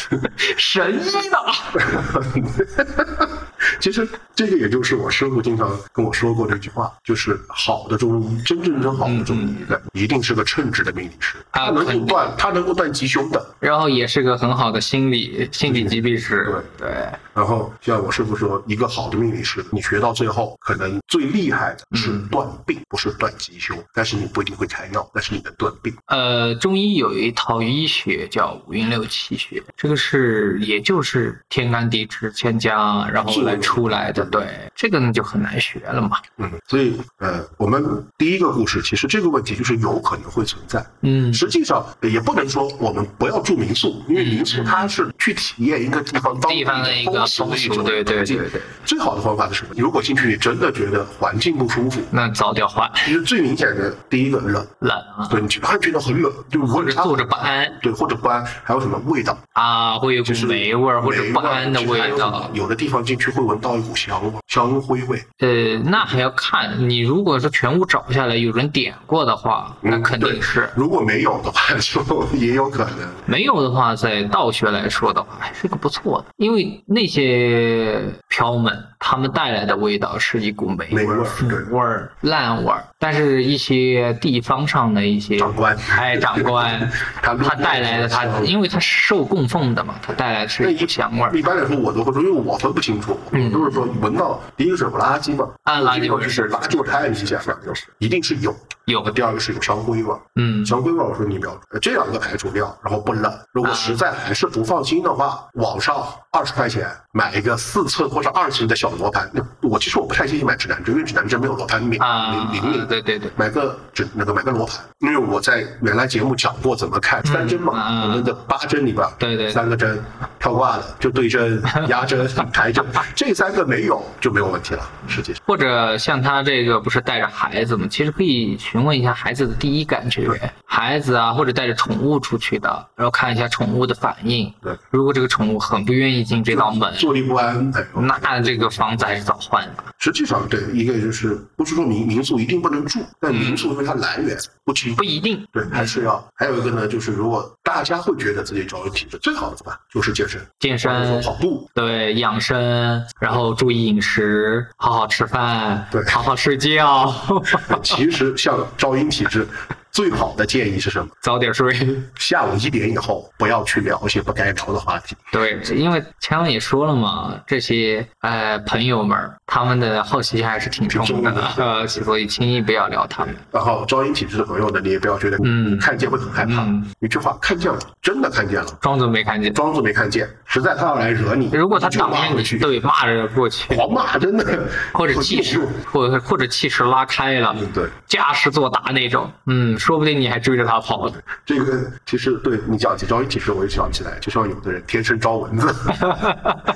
Speaker 2: 神医呢？
Speaker 1: 其实这个也就是我师傅经常跟我说过的一句话，就是好的中医，真正真好的中医，一定是个称职的命理师，
Speaker 2: 啊
Speaker 1: 他能够
Speaker 2: 肯定
Speaker 1: 断，他能够断吉凶的。
Speaker 2: 然后也是个很好的心理心理疾病师，对
Speaker 1: 然后像我师傅说，一个好的命理师，你学到最后，可能最厉害的是断病，不是断吉凶。但是你不一定会开药，但是你能断病。
Speaker 2: 呃，中医有一套医学叫五运六气学，这个是也就是天干地支千家，然后来出来的，对，这个呢就很难学了嘛，
Speaker 1: 嗯，所以呃，我们第一个故事，其实这个问题就是有可能会存在。
Speaker 2: 嗯。
Speaker 1: 实际上也不能说我们不要住民宿，因为民宿它是去体验一个地方当
Speaker 2: 嗯地方的一个
Speaker 1: 风
Speaker 2: 风
Speaker 1: 俗
Speaker 2: 俗，对对对对。
Speaker 1: 最好的方法是什么？如果进去你真的觉得环境不舒服，
Speaker 2: 那早点换，
Speaker 1: 其实最明显的第一个冷，
Speaker 2: 冷啊，
Speaker 1: 对，你觉得哎觉得很冷，就
Speaker 2: 或
Speaker 1: 或
Speaker 2: 者坐着不安
Speaker 1: 对，或者不安，还有什么味道？
Speaker 2: 啊，会有股
Speaker 1: 就是
Speaker 2: 霉味儿或者
Speaker 1: 霉
Speaker 2: 不安的
Speaker 1: 其实还
Speaker 2: 味
Speaker 1: 有什么
Speaker 2: 道。
Speaker 1: 有的地方进去会闻到一股香味，香灰味。
Speaker 2: 呃，那还要看你，如果说全屋找下来有人点过的话，那
Speaker 1: 嗯
Speaker 2: 肯
Speaker 1: 对
Speaker 2: 定是
Speaker 1: 如果没有的话， 就也有可能。
Speaker 2: 没有的话，在道学来说的话，还是个不错的，因为那些飘们他们带来的味道是一股霉
Speaker 1: 霉味
Speaker 2: 儿、
Speaker 1: 儿
Speaker 2: 腐
Speaker 1: 对
Speaker 2: 味儿、烂味儿，但是一些地方上的一些
Speaker 1: 长官，
Speaker 2: 哎，长官
Speaker 1: 他路
Speaker 2: 他
Speaker 1: 过
Speaker 2: 带来的他
Speaker 1: 的时，候
Speaker 2: 因为他是受供奉的嘛，他带来的
Speaker 1: 那
Speaker 2: 是一
Speaker 1: 一
Speaker 2: 股香味儿。
Speaker 1: 啊一般来说，我都会说，因为我分不清楚，我都是说闻到第一个是有垃圾嘛，
Speaker 2: 嗯啊垃圾味
Speaker 1: 是
Speaker 2: 是
Speaker 1: 垃圾味太明显了，就是一定是有。
Speaker 2: 有
Speaker 1: 第二个是有香灰味，
Speaker 2: 嗯
Speaker 1: 香灰味我说你标准，这两个排除掉，然后不冷。如
Speaker 2: 啊
Speaker 1: 果实在还是不放心的话，网上二十块钱买一个四寸或者二寸的小罗盘，那我其实我不太建议买指南针，因为指南针没有罗盘灵
Speaker 2: 啊
Speaker 1: 灵灵敏，
Speaker 2: 对对对
Speaker 1: 买个指那个买个罗盘，因为我在原来节目讲过怎么看三针嘛，
Speaker 2: 嗯
Speaker 1: 我们的八针里边，
Speaker 2: 对对
Speaker 1: 三个针跳挂的就对针、压 针、抬针，这三个没有就没有问题了，实际上。
Speaker 2: 或者像他这个不是带着孩子吗？其实可以询问一下孩子的第一感觉
Speaker 1: 对，
Speaker 2: 孩子啊，或者带着宠物出去的，然后看一下宠物的反应。
Speaker 1: 对，
Speaker 2: 如果这个宠物很不愿意进这道门，
Speaker 1: 坐立不安，哎呦
Speaker 2: 那这个房子还是早换的。
Speaker 1: 实际上对一个就是不是说民民宿一定不能住，但民宿因为它来源不清
Speaker 2: 不一定。
Speaker 1: 对，还是要。还有一个呢，就是如果大家会觉得自己找有体质，最好的怎么办？就是健身，
Speaker 2: 健身
Speaker 1: 或者说跑步。
Speaker 2: 对，养生，然后注意饮食，好好吃饭，
Speaker 1: 对
Speaker 2: 好好睡觉， 嗯
Speaker 1: 其实像招阴体质，最好的建议是什么？
Speaker 2: 早点睡。
Speaker 1: 下午一点以后不要去聊一些不该聊的话题。
Speaker 2: 对，因为前两也说了嘛，这些呃朋友们儿他们的好奇心还是挺重的
Speaker 1: 挺，重
Speaker 2: 呃，所以轻易不要聊他们。
Speaker 1: 然后招阴体质的朋友呢，你也不要觉得
Speaker 2: 嗯
Speaker 1: 看见会很害怕
Speaker 2: 嗯。
Speaker 1: 一句话，看见了，真的看见了，
Speaker 2: 装作没看见。
Speaker 1: 装作没看见。实在他要来惹你，
Speaker 2: 如果他
Speaker 1: 你就
Speaker 2: 挡
Speaker 1: 骂
Speaker 2: 着
Speaker 1: 回
Speaker 2: 你，
Speaker 1: 去，
Speaker 2: 对，骂着过去，
Speaker 1: 狂骂，真的，
Speaker 2: 或者气势，嗯或者或者气势拉开了，
Speaker 1: 对。
Speaker 2: 架势作答那种，嗯，说不定你还追着他跑呢。
Speaker 1: 这个其实对你讲起招阴体质，我也想起来，就像有的人天生招蚊 子，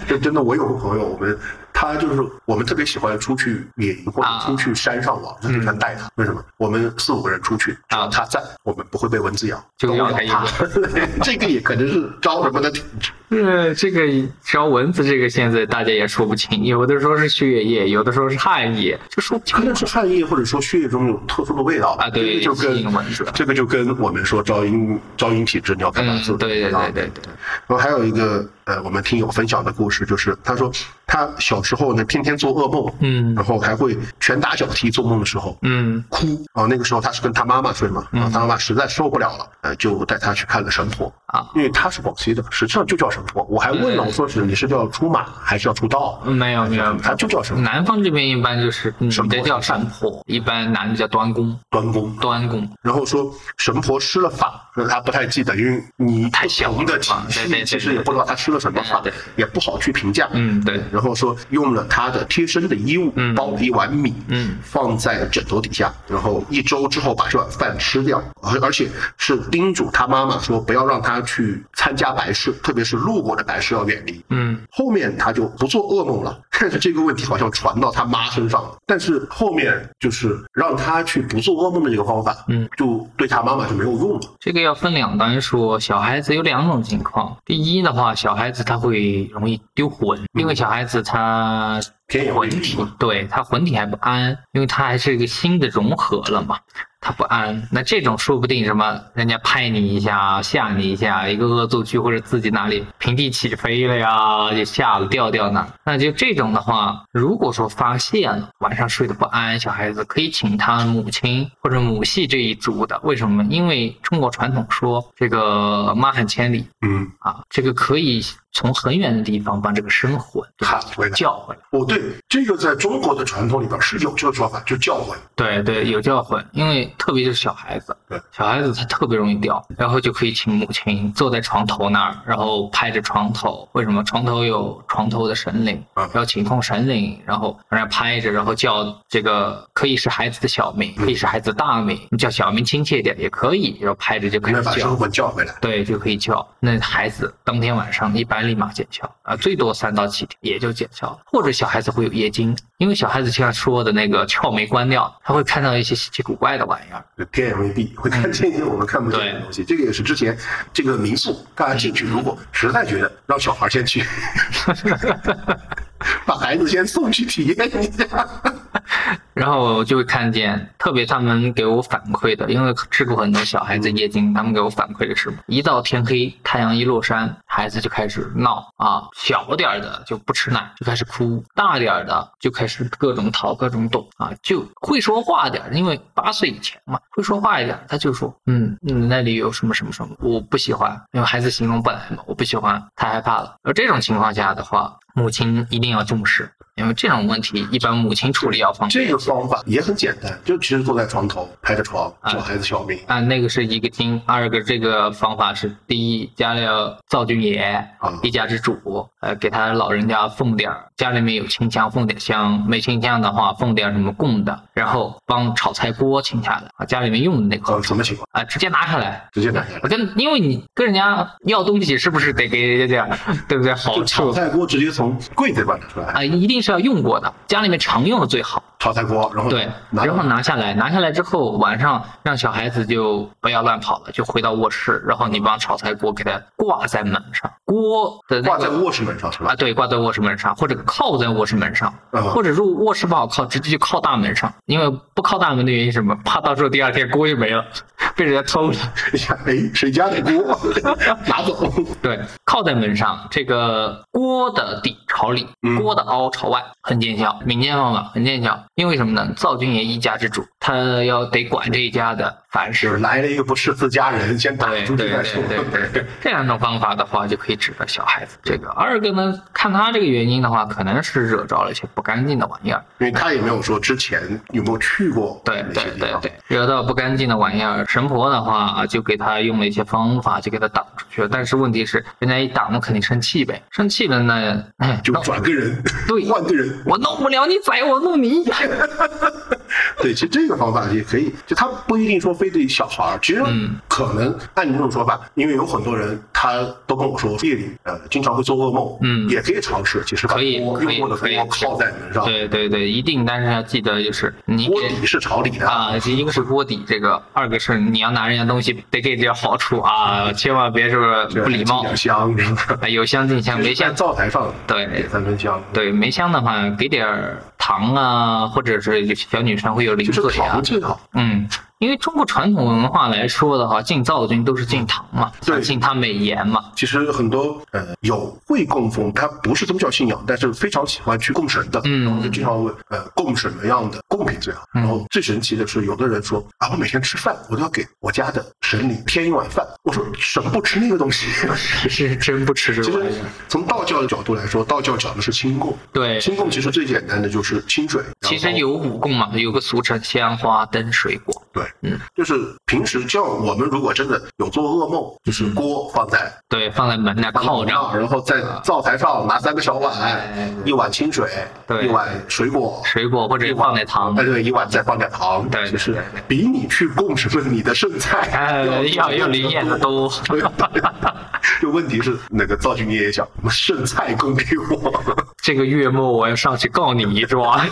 Speaker 1: 就真的我有个朋友，我们他就是我们特别喜欢出去野营或者
Speaker 2: 啊嗯
Speaker 1: 出去山上玩，就经常带他。为什么？我们四五个人出去，只要他在，我们不会被蚊子咬，
Speaker 2: 啊就
Speaker 1: 都
Speaker 2: 要他
Speaker 1: 会
Speaker 2: 一
Speaker 1: 怕
Speaker 2: 个。
Speaker 1: 这个也可能是招什么的体质。
Speaker 2: 呃，这个招蚊子，这个现在大家也说不清，有的说是血液，有的说是汗液，这说不
Speaker 1: 可
Speaker 2: 清
Speaker 1: 能是汗液或者说血液中有特殊的味道吧
Speaker 2: 啊。对
Speaker 1: 这个就
Speaker 2: 吸引蚊子
Speaker 1: 跟这个就跟我们说招阴招阴体质，你要干嘛
Speaker 2: 嗯，
Speaker 1: 做？
Speaker 2: 对对
Speaker 1: 啊
Speaker 2: 对对对，
Speaker 1: 然后还有一个呃，我们听友分享的故事，就是他说他小时候呢，天天做噩梦，
Speaker 2: 嗯
Speaker 1: 然后还会拳打脚踢，做梦的时候，
Speaker 2: 嗯
Speaker 1: 哭。然后那个时候他是跟他妈妈睡嘛，然啊后他妈妈实在受不了了，呃，就带他去看了神婆
Speaker 2: 啊
Speaker 1: 因为他是广西的，实际上就叫神婆。我还问了，
Speaker 2: 嗯
Speaker 1: 我说是你是叫出马还是要出道？嗯
Speaker 2: 没有没有没
Speaker 1: 他
Speaker 2: 有。
Speaker 1: 就叫神婆，
Speaker 2: 南方这边一般就是女
Speaker 1: 神
Speaker 2: 的
Speaker 1: 婆
Speaker 2: 叫神婆，一般男的叫端公，
Speaker 1: 关公。
Speaker 2: 端公
Speaker 1: 然后说神婆施了法，那他不太记得，因为你
Speaker 2: 太小了
Speaker 1: 不同的体
Speaker 2: 嘛嗯对对对
Speaker 1: 系
Speaker 2: 嗯
Speaker 1: 其实也不知道他施了什么法
Speaker 2: 对对，
Speaker 1: 也不好去评价。
Speaker 2: 嗯对
Speaker 1: 然后说用了他的贴身的衣物
Speaker 2: 嗯
Speaker 1: 包了一碗米，
Speaker 2: 嗯
Speaker 1: 放在枕头底下，然后一周之后把这碗饭吃掉，而而且是叮嘱他妈妈说不要让他去参加白事，特别是路过的白事要远离。
Speaker 2: 嗯，
Speaker 1: 后面他就不做噩梦了， 但是这个问题好像传到他妈身上了。但是后面就是让他去不做噩梦的这个方法，
Speaker 2: 嗯，
Speaker 1: 就对他妈妈就没有用了。
Speaker 2: 这个要分两端说，小孩子有两种情况。第一的话，小孩子他会容易丢魂，因为小孩子他
Speaker 1: 天也未
Speaker 2: 魂
Speaker 1: 必
Speaker 2: 体，对他魂体还不安，因为他还是一个新的融合了嘛，他不安。那这种说不定什么人家拍你一下，吓你一下，一个恶作剧或者自己哪里平地起飞了呀，就吓了掉掉呢。那就这种的话，如果说发现了晚上睡得不安，小孩子可以请他母亲或者母系这一族的，为什么？因为中国传统说这个妈喊千里
Speaker 1: 嗯，
Speaker 2: 啊，这个可以从很远的地方把这个生魂
Speaker 1: 喊回来
Speaker 2: 叫回来。
Speaker 1: 哦，对，这个在中国的传统里边是有这个说法，就叫唤。
Speaker 2: 对对，有教诲，因为特别是小孩子
Speaker 1: 对，
Speaker 2: 小孩子他特别容易掉，然后就可以请母亲坐在床头那儿，然后拍着床头，为什么床头有床头的神灵，
Speaker 1: 嗯
Speaker 2: 然后请控神灵，然后让人拍着，然后叫这个可以是孩子的小名，可以是孩子的大名，你叫小名亲切点也可以，然后拍着就开
Speaker 1: 能
Speaker 2: 始
Speaker 1: 把
Speaker 2: 叫
Speaker 1: 生。魂叫回来。
Speaker 2: 对，就可以叫。那孩子当天晚上一般立马见效啊，最多三到七天也就见效了。或者小孩子会有夜惊，因为小孩子像说的那个窍没关掉，他会看到一些稀奇古怪的玩意儿。
Speaker 1: 天也未必会
Speaker 2: 嗯
Speaker 1: 看见一些我们看不见的东西。这个也是之前这个民宿，大家进去如果实在觉得让小孩 先去，把孩子先送去体验一下。
Speaker 2: 然后就会看见，特别他们给我反馈的，因为治过很多小孩子夜惊，他们给我反馈的是，一到天黑，太阳一落山，孩子就开始闹啊，小点儿的就不吃奶，就开始哭；大点儿的就开始各种逃、各种躲啊，就会说话点儿，因为八岁以前嘛，会说话一点儿，他就说，嗯，嗯那里有什么什么什么，我不喜欢，因为孩子形容不来嘛，我不喜欢，太害怕了。而这种情况下的话，母亲一定要重视，因为这种问题一般母亲处理要方便。
Speaker 1: 这个方法也很简单，就其实坐在床头拍着床，叫孩子小名。
Speaker 2: 啊，那个是一个经，二个这个方法是第一，家里要灶君爷
Speaker 1: 嗯，
Speaker 2: 一家之主，呃，给他老人家奉点儿，家里面有清香奉点香，没清香的话奉点什么供的，然后帮炒菜锅请下来，啊，家里面用的那
Speaker 1: 呃，
Speaker 2: 口
Speaker 1: 什么情况？
Speaker 2: 啊，直接拿下来。
Speaker 1: 直接拿下来
Speaker 2: 我。跟，因为你跟人家要东西，是不是得给人家点儿，哦对不对？好
Speaker 1: 就炒
Speaker 2: 处
Speaker 1: 菜锅直接从柜子里边拿出来，
Speaker 2: 啊，一定是要用过的，家里面常用的最好。
Speaker 1: 炒菜锅，然后
Speaker 2: 对，
Speaker 1: 嗯拿
Speaker 2: 然后拿下来，拿下来之后，晚上让小孩子就不要乱跑了，就回到卧室，然后你帮炒菜锅给它挂在门上，锅的那
Speaker 1: 挂在
Speaker 2: 个
Speaker 1: 卧室门上是吧
Speaker 2: 啊，？对，挂在卧室门上，或者靠在卧室门上，
Speaker 1: 嗯
Speaker 2: 或者如果卧室不好靠，直接就靠大门上，因为不靠大门的原因是什么？怕到时候第二天锅就没了， 被人家偷了。
Speaker 1: 哎，谁家的锅 拿走？
Speaker 2: 对，靠在门上，这个锅的底朝里，
Speaker 1: 嗯
Speaker 2: 锅的凹朝外，很见效。民间方法很见效，因为什么呢？灶君爷一家之主，他要得管这一家的凡
Speaker 1: 就是
Speaker 2: 事。
Speaker 1: 来了一个不是自家人，先打
Speaker 2: 对
Speaker 1: 出
Speaker 2: 对
Speaker 1: 去
Speaker 2: 对
Speaker 1: 再说。
Speaker 2: 对对对，这两种方法的话，就可以指着小孩子。这个二个呢，看他这个原因的话，可能是惹着了一些不干净的玩意儿。
Speaker 1: 因为他也没有说之前有没有去过
Speaker 2: 对
Speaker 1: 那
Speaker 2: 对
Speaker 1: 些地
Speaker 2: 对
Speaker 1: 方
Speaker 2: 对，惹到不干净的玩意儿，神婆的话啊就给他用了一些方法，就给他挡出去了。但是问题是，人家一挡，那肯定生气呗，生气了呢，哎，
Speaker 1: 就
Speaker 2: 那
Speaker 1: 转个人，
Speaker 2: 对
Speaker 1: 换个人。
Speaker 2: 我弄不了你宰我，弄你一样。
Speaker 1: 对，其实这个方法也可以，就他不一定说非得小孩儿，其实
Speaker 2: 嗯
Speaker 1: 可能按你这种说法，因为有很多人他都跟我说夜里呃经常会做噩梦，
Speaker 2: 嗯
Speaker 1: 也可以尝试，其实把
Speaker 2: 可以
Speaker 1: 锅
Speaker 2: 可以
Speaker 1: 用过的
Speaker 2: 可以
Speaker 1: 锅靠在门上，
Speaker 2: 对对对，一定，但是要记得就是你
Speaker 1: 锅底是朝里的
Speaker 2: 啊，一个是锅底这个，二个是你要拿人家东西得给点好处啊，千万别是
Speaker 1: 这
Speaker 2: 不礼貌
Speaker 1: 点，香是吧？
Speaker 2: 啊有香尽香，没
Speaker 1: 在
Speaker 2: 香
Speaker 1: 灶台上
Speaker 2: 对
Speaker 1: 点三分香，
Speaker 2: 对没香的话给点儿糖啊，或者是有些小女生会有零
Speaker 1: 其实
Speaker 2: 嘴啊
Speaker 1: 糖，最好。
Speaker 2: 嗯。因为中国传统文化来说的话，进灶君都是进糖嘛，
Speaker 1: 嗯对
Speaker 2: 敬他美颜嘛，
Speaker 1: 其实很多呃有会供奉，他不是宗教信仰，但是非常喜欢去供神的，
Speaker 2: 嗯
Speaker 1: 然后就经常问呃供什么样的贡品最好。
Speaker 2: 嗯
Speaker 1: 然后最神奇的是，有的人说啊，我每天吃饭，我都要给我家的神灵添一碗饭。我说神不吃那个东西。
Speaker 2: 是真不吃
Speaker 1: 其
Speaker 2: 这
Speaker 1: 实
Speaker 2: 玩意儿。
Speaker 1: 从道教的角度来说，道教讲的是清供，
Speaker 2: 对，
Speaker 1: 清供其实最简单的就是清水。
Speaker 2: 其实
Speaker 1: 然后
Speaker 2: 有五供嘛，有个俗称香花灯水果。
Speaker 1: 对，
Speaker 2: 嗯，
Speaker 1: 就是平时像我们如果真的有做噩梦，就是
Speaker 2: 嗯
Speaker 1: 锅放在
Speaker 2: 对，放在门那靠啊着，
Speaker 1: 然后在灶台上拿三个小碗，一碗清水，
Speaker 2: 哎对
Speaker 1: 一碗水果，
Speaker 2: 水果或者放在糖
Speaker 1: 哎，。对，一碗再放点糖，
Speaker 2: 对对
Speaker 1: 就是
Speaker 2: 对
Speaker 1: 比你去供什么你的剩菜
Speaker 2: 哎，要要灵验的多。
Speaker 1: 对对就问题是，那个灶君爷也想剩菜供给我，
Speaker 2: 这个月末我要上去告你一状。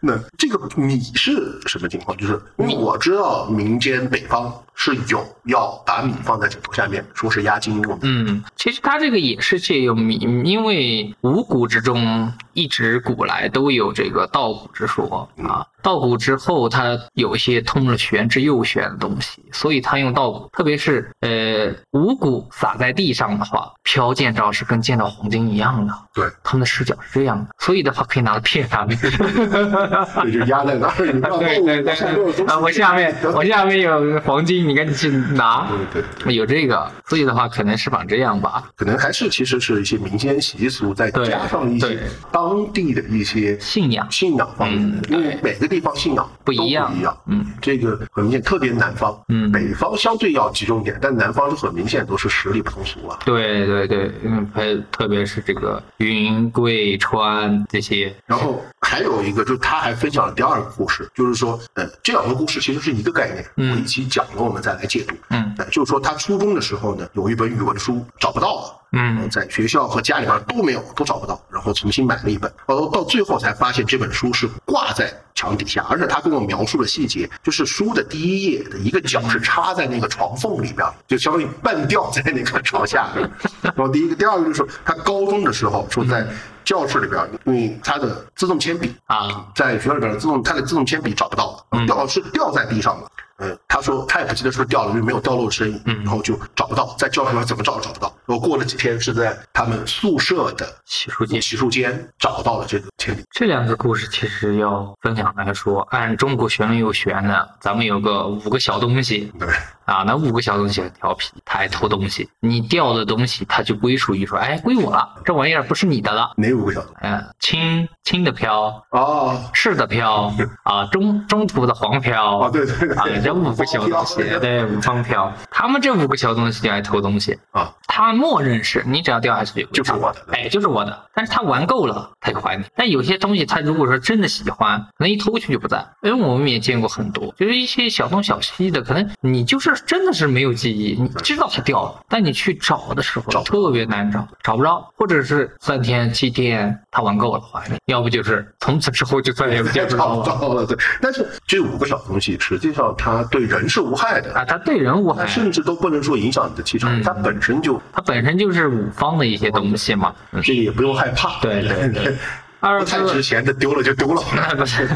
Speaker 1: 那这个你是什么情况？就是因为我知道民间北方是有要把米放在枕头下面，说是压惊用的，
Speaker 2: 嗯，其实它这个也是借用米，因为五谷之中一直古来都有这个稻谷之说
Speaker 1: 嗯
Speaker 2: 啊。稻谷之后，它有一些通了玄之又玄的东西，所以它用稻谷，特别是呃五谷撒在地上的话，飘见着是跟见到黄金一样的。
Speaker 1: 对，
Speaker 2: 他们的视角是这样的，所以的话可以拿来骗他们。
Speaker 1: 对，就压在那儿，你让动物下面有东西
Speaker 2: 啊，我下面我下面有黄金，你赶紧去拿。
Speaker 1: 对对对。
Speaker 2: 有这个，所以的话可能是仿这样吧。
Speaker 1: 可能还是其实是一些民间习俗，再
Speaker 2: 对
Speaker 1: 加上一些
Speaker 2: 对
Speaker 1: 当地的一些
Speaker 2: 信仰
Speaker 1: 信仰方面
Speaker 2: 嗯
Speaker 1: 的，因为每个地方信仰
Speaker 2: 不
Speaker 1: 都
Speaker 2: 一样
Speaker 1: 不一样。
Speaker 2: 嗯，
Speaker 1: 这个很明显，特别南方，
Speaker 2: 嗯
Speaker 1: 北方相对要集中点，但南方是很明显都是十里不同俗啊。
Speaker 2: 对对对，嗯，特特别是这个云贵川这些，
Speaker 1: 然后还有一个，就是他还分享了第二个故事，就是说，呃，这两个故事其实是一个概念，
Speaker 2: 嗯
Speaker 1: 我一起讲了，我们再来解读。
Speaker 2: 嗯
Speaker 1: 呃，就是说他初中的时候呢，有一本语文书找不到了，
Speaker 2: 嗯
Speaker 1: 呃在学校和家里边都没有，都找不到，然后重新买了一本，然后到最后才发现这本书是挂在墙底下，而且他跟我描述的细节，就是书的第一页的一个角是插在那个床缝里边，就相当于半吊在那个床下面。然后第一个，第二个就是他高中的时候说在教室里边，因为他的自动铅笔
Speaker 2: 啊，
Speaker 1: 在学校里边的自动他的自动铅笔找不到了，
Speaker 2: 嗯
Speaker 1: 掉是掉在地上了。
Speaker 2: 嗯
Speaker 1: 呃，他说他也不记得是不是掉了，因为没有掉落的声音，然后就找不到，在教室里边怎么找都找不到。我过了几天是在他们宿舍的
Speaker 2: 洗漱间。
Speaker 1: 洗漱间找到了这个千里。
Speaker 2: 这两个故事其实要分享来说，按中国玄有学呢，咱们有个五个小东西
Speaker 1: 对，
Speaker 2: 啊，那五个小东西很调皮，它还偷东西，你掉的东西它就归属于说，哎，归我了，这玩意儿不是你的了。
Speaker 1: 哪五个小东西？
Speaker 2: 嗯，轻轻的飘，
Speaker 1: 哦，
Speaker 2: 是的飘啊，中中途的黄飘
Speaker 1: 哦，对对对，
Speaker 2: 啊，这五个小东西，对，五方飘，他们这五个小东西就爱偷东西
Speaker 1: 啊，
Speaker 2: 他默认是你只要掉下去
Speaker 1: 就是我的
Speaker 2: 哎，就是我的。但是他玩够了，他就还你。但有些东西他如果说真的喜欢，可能一偷去就不在。因为我们也见过很多，就是一些小东小西的，可能你就是真的是没有记忆，你知道它掉了，但你去找的时候
Speaker 1: 找不
Speaker 2: 特别难找，找不着，或者是三天七天他玩够了还你，要不就是从此之后就再也
Speaker 1: 也
Speaker 2: 见
Speaker 1: 找
Speaker 2: 不到
Speaker 1: 不
Speaker 2: 了。
Speaker 1: 到了。对，但是这五个小东西实际上它对人是无害的，
Speaker 2: 啊，他对人我
Speaker 1: 它
Speaker 2: 还
Speaker 1: 甚至都不能说影响你的气场，
Speaker 2: 嗯
Speaker 1: 它本身就
Speaker 2: 它本身就是五方的一些东西嘛。嗯，
Speaker 1: 这个也不用害怕。
Speaker 2: 对对对，二
Speaker 1: 不太
Speaker 2: 个
Speaker 1: 值钱的丢了就丢了。
Speaker 2: 不是。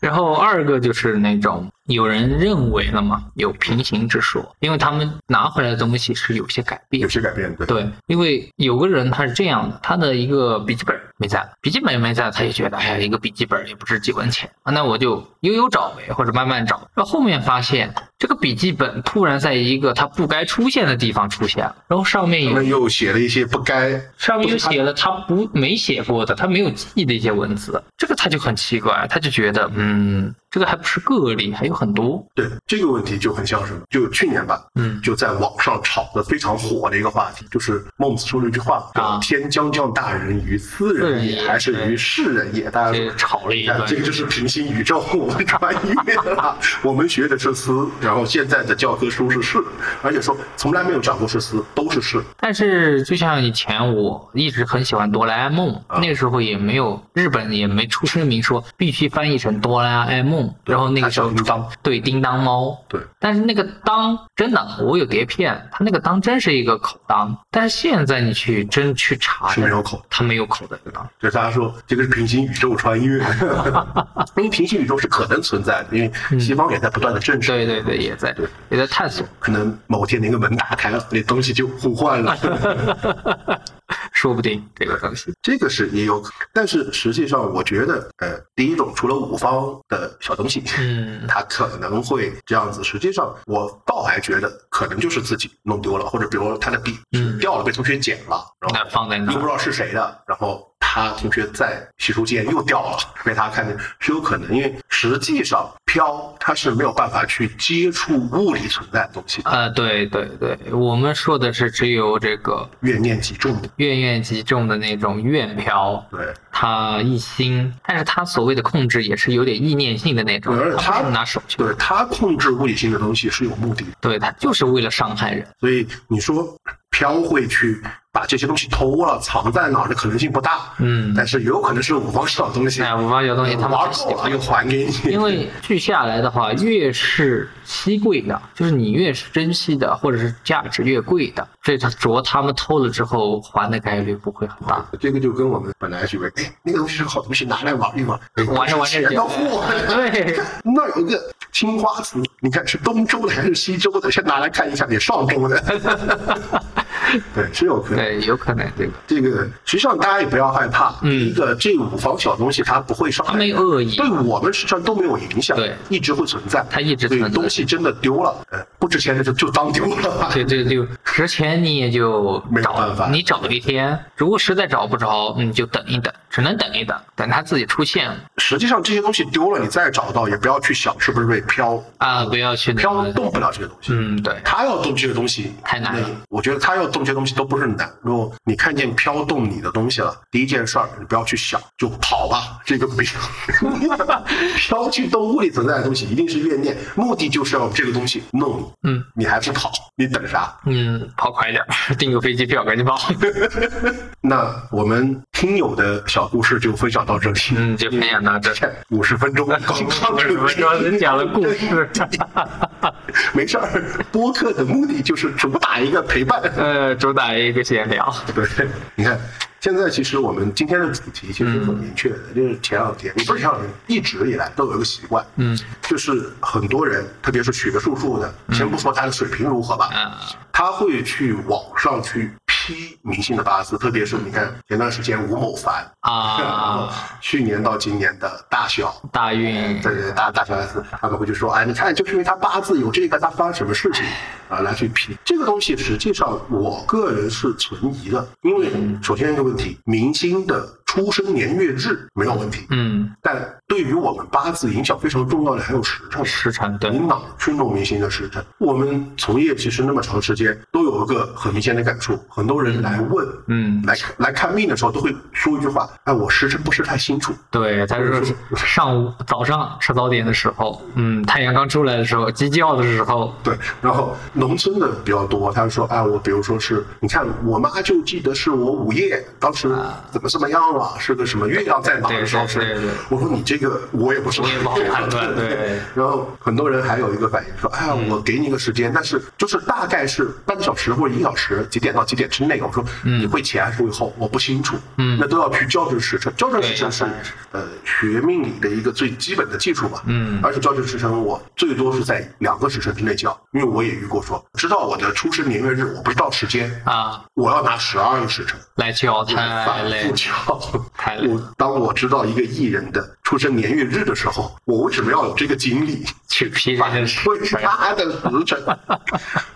Speaker 2: 然后二个就是那种有人认为了嘛，有平行之说，因为他们拿回来的东西是有些改变
Speaker 1: 有。些改变，对
Speaker 2: 对，因为有个人他是这样的，他的一个笔记本没在，笔记本没在，他也觉得哎呀，一个笔记本也不值几文钱，啊那我就悠悠找呗，或者慢慢找。然后后面发现这个笔记本突然在一个它不该出现的地方出现了，然后上面
Speaker 1: 他
Speaker 2: 有
Speaker 1: 们又写了一些不该
Speaker 2: 上面又写了他不没写过的，他没有记忆的一些文字，这个他就很奇怪，他就觉得嗯，这个还不是个例，还有很多。
Speaker 1: 对这个问题就很像什么？就去年吧，
Speaker 2: 嗯
Speaker 1: 就在网上炒得非常火的一个话题，就是孟子说了一句话：“
Speaker 2: 啊
Speaker 1: 天将降大任于斯
Speaker 2: 斯
Speaker 1: 人
Speaker 2: 人
Speaker 1: 也，
Speaker 2: 也
Speaker 1: 还是于
Speaker 2: 对
Speaker 1: 世人也。”大家
Speaker 2: 这
Speaker 1: 都
Speaker 2: 炒了一
Speaker 1: 看哎
Speaker 2: 段，
Speaker 1: 这个就是平行宇宙，我们穿越了。我们学的是斯，然后现在的教科书是世，而且说从来没有讲过是斯，都是世。
Speaker 2: 但是就像以前我一直很喜欢哆啦 A 梦，
Speaker 1: 啊
Speaker 2: 那个时候也没有日本也没出声明说必须翻译成哆啦 A 梦，然后那个时候
Speaker 1: 它叫叮当
Speaker 2: 对叮当猫，
Speaker 1: 对，
Speaker 2: 但是那个当真的我有碟片，它那个当真是一个口当，但是现在你去真去查，
Speaker 1: 是没有口，
Speaker 2: 它没有口的一个当。
Speaker 1: 就是大家说这个是平行宇宙穿越， 因为平行宇宙是可能存在的，因为西方也在不断的证实。
Speaker 2: 嗯对对对，也在
Speaker 1: 对
Speaker 2: 也在探索，
Speaker 1: 可能某天哪个门打开了，那东西就互换 了。
Speaker 2: 说不定这个东西。
Speaker 1: 这个是也有可，但是实际上我觉得，呃，第一种除了五方的小东西，
Speaker 2: 嗯
Speaker 1: 它可能会这样子。实际上，我倒还觉得可能就是自己弄丢了，或者比如说他的笔
Speaker 2: 嗯
Speaker 1: 掉了，被同学捡了，然
Speaker 2: 那
Speaker 1: 后
Speaker 2: 放在那
Speaker 1: 又不知道是谁的，然后他同学在洗漱间又掉了，被他看见是有可能，因为实际上飘它是没有办法去接触物理存在的东西的，
Speaker 2: 呃，对对对，我们说的是只有这个
Speaker 1: 怨念极重的，
Speaker 2: 怨怨极重的那种怨飘，
Speaker 1: 对。
Speaker 2: 他一心，但是他所谓的控制也是有点意念性的那种
Speaker 1: 对而且，
Speaker 2: 他
Speaker 1: 它
Speaker 2: 不是拿手去，
Speaker 1: 对他控制物理性的东西是有目的的，
Speaker 2: 对他就是为了伤害人。
Speaker 1: 所以你说飘会去把这些东西偷了藏在哪儿的可能性不大，
Speaker 2: 嗯
Speaker 1: 但是有可能是五方小东西，
Speaker 2: 哎，我发觉东西他们
Speaker 1: 玩
Speaker 2: 很喜
Speaker 1: 够了
Speaker 2: 欢
Speaker 1: 又。还给你，
Speaker 2: 因为据下来的话，越是稀贵的，就是你越是珍惜的，或者是价值越贵的，这着他们偷了之后还的概率不会很大。
Speaker 1: 啊这个就跟我们本来以为，哎，那个东西是个好东西，拿来玩一玩，哎
Speaker 2: 玩着玩着
Speaker 1: 钱
Speaker 2: 就
Speaker 1: 到货 了。
Speaker 2: 对，
Speaker 1: 那有一个青花瓷，你看是东周的还是西周的？先拿来看一下，也上周 的。 对，是有可能。
Speaker 2: 对，有可能这个
Speaker 1: 这个实际上大家也不要害怕，
Speaker 2: 嗯
Speaker 1: 第一个这五房小东西它不会伤害
Speaker 2: 它
Speaker 1: 人，
Speaker 2: 没恶意
Speaker 1: 对我们实际上都没有影响，
Speaker 2: 对
Speaker 1: 一直会存在，
Speaker 2: 它一直存在
Speaker 1: 所以东西真的丢了，呃，不值钱的就就当丢了吧。
Speaker 2: 对对对，之前你也就
Speaker 1: 没有办法
Speaker 2: 找你找一天，如果实在找不着，你就等一等，只能等一等，等它自己出现
Speaker 1: 实际上这些东西丢了，你再找到也不要去想是不是被飘，
Speaker 2: 啊，不要去那
Speaker 1: 飘
Speaker 2: 个
Speaker 1: 动不了这个东西。
Speaker 2: 嗯，对，
Speaker 1: 他要动这个东西
Speaker 2: 太难了
Speaker 1: 那我觉得他要动这些东西都不是很难。如果你看见飘动你的东西了，第一件事儿你不要去想，就跑吧，这个不要。 飘去动物里存在的东西，一定是怨念，目的就是要这个东西弄你。
Speaker 2: 嗯，
Speaker 1: 你还不跑，你等啊啥？
Speaker 2: 嗯，跑快点，订个飞机票，赶紧跑。
Speaker 1: 那我们听友的小故事就分享到这里。
Speaker 2: 嗯，就分享到这。
Speaker 1: 五十分 钟， 刚刚
Speaker 2: 我说讲了故事，
Speaker 1: 没事儿。播客的目的就是主打一个陪伴。
Speaker 2: 呃，主打一个闲聊。
Speaker 1: 对，你看现在其实我们今天的主题其实很明确的，就是前两天，也不是前两天，一直以来都有一个习惯，
Speaker 2: 嗯，
Speaker 1: 就是很多人，特别是学术术的，先不说他的水平如何吧，
Speaker 2: 啊，
Speaker 1: 他会去网上去批明星的八字，特别是你看前段时间吴某凡
Speaker 2: 啊，
Speaker 1: 去年到今年的大小。
Speaker 2: 大运
Speaker 1: 对对，大大小 S，他们会就说，哎，你看，就是因为他八字有这个，他发生什么事情啊，来去批这个东西。实际上，我个人是存疑的，因为首先一个问题，明星的出生年月日没有问题，
Speaker 2: 嗯，
Speaker 1: 但对于我们八字影响非常重要的还有时辰。
Speaker 2: 时辰对，
Speaker 1: 领导尊重明星的时辰。我们从业其实那么长时间，都有一个很明显的感触，很多人来问，
Speaker 2: 嗯
Speaker 1: 来来看命的时候，都会说一句话：“哎，我时辰不是太清楚。
Speaker 2: 对，他说上午早上吃早点的时候，嗯，太阳刚出来的时候，鸡叫的时候，”
Speaker 1: 对，然后农村的比较多，他说：“哎，我比如说是，你看我妈就记得是我午夜当时怎么怎么样了，是个什么月亮在哪儿的时候
Speaker 2: 啊对对
Speaker 1: 是
Speaker 2: 对对。”
Speaker 1: 我说：“你这个我也不是，
Speaker 2: 我也不好判断，对，嗯
Speaker 1: 然后很多人还有一个反应说，哎呀，我给你个时间，但是就是大概是半个小时或者一个小时，几点到几点之内。我说你会前还是会后，我不清楚。
Speaker 2: 嗯
Speaker 1: 那都要去校正时辰，校正时辰是
Speaker 2: 对要看时
Speaker 1: 呃学命理的一个最基本的技术吧。
Speaker 2: 嗯
Speaker 1: 而且校正时辰我最多是在两个时辰之内校，因为我也遇过说，知道我的出生年月日，我不知道时间，
Speaker 2: 啊，
Speaker 1: 我要拿十二个时辰。
Speaker 2: 来叫太
Speaker 1: 反
Speaker 2: 累
Speaker 1: 复
Speaker 2: 了，
Speaker 1: 敲。
Speaker 2: 太累
Speaker 1: 我当我知道一个艺人的出生年月日的时候，我为什么要有这个经历？
Speaker 2: 去批人
Speaker 1: 反
Speaker 2: 家
Speaker 1: 推
Speaker 2: 时辰
Speaker 1: 他的时辰，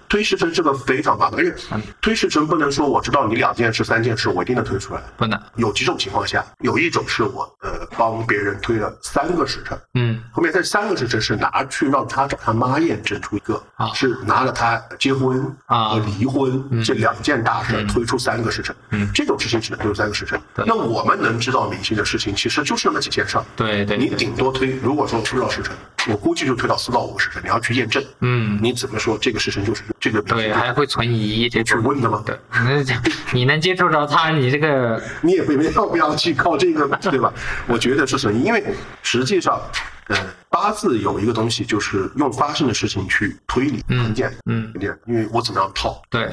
Speaker 1: 推时辰这个非常麻烦，而且推时辰不能说我知道你两件事、三件事，我一定能推出来。
Speaker 2: 不能，
Speaker 1: 有几种情况下，有一种是我呃帮别人推了三个时辰，
Speaker 2: 嗯
Speaker 1: 后面这三个时辰是拿去让他找他妈验证出一个，
Speaker 2: 啊
Speaker 1: 是拿了他结婚
Speaker 2: 啊
Speaker 1: 和离婚、这两件大事、推出三个时辰，
Speaker 2: 嗯
Speaker 1: 这种事情只能推出三个时辰。
Speaker 2: 对
Speaker 1: 那我们能知道明星的事情，其实就是那么几件事儿。
Speaker 2: 对对
Speaker 1: 你
Speaker 2: 对
Speaker 1: 顶多推，如果说推到时辰，我估计就推到四到五个时辰，你要去验证，
Speaker 2: 嗯
Speaker 1: 你怎么说这个时辰就是这个明星
Speaker 2: 对，还会存疑这
Speaker 1: 去
Speaker 2: 种。
Speaker 1: 问的吗？
Speaker 2: 对，那这你能接触着他，你这个
Speaker 1: 你也不没要不要去靠这个，对吧？我觉得是损益，因为实际上，呃，八字有一个东西就是用发生的事情去推理，
Speaker 2: 嗯
Speaker 1: 很简单，
Speaker 2: 嗯
Speaker 1: 很简单，因为我怎么样套，
Speaker 2: 对。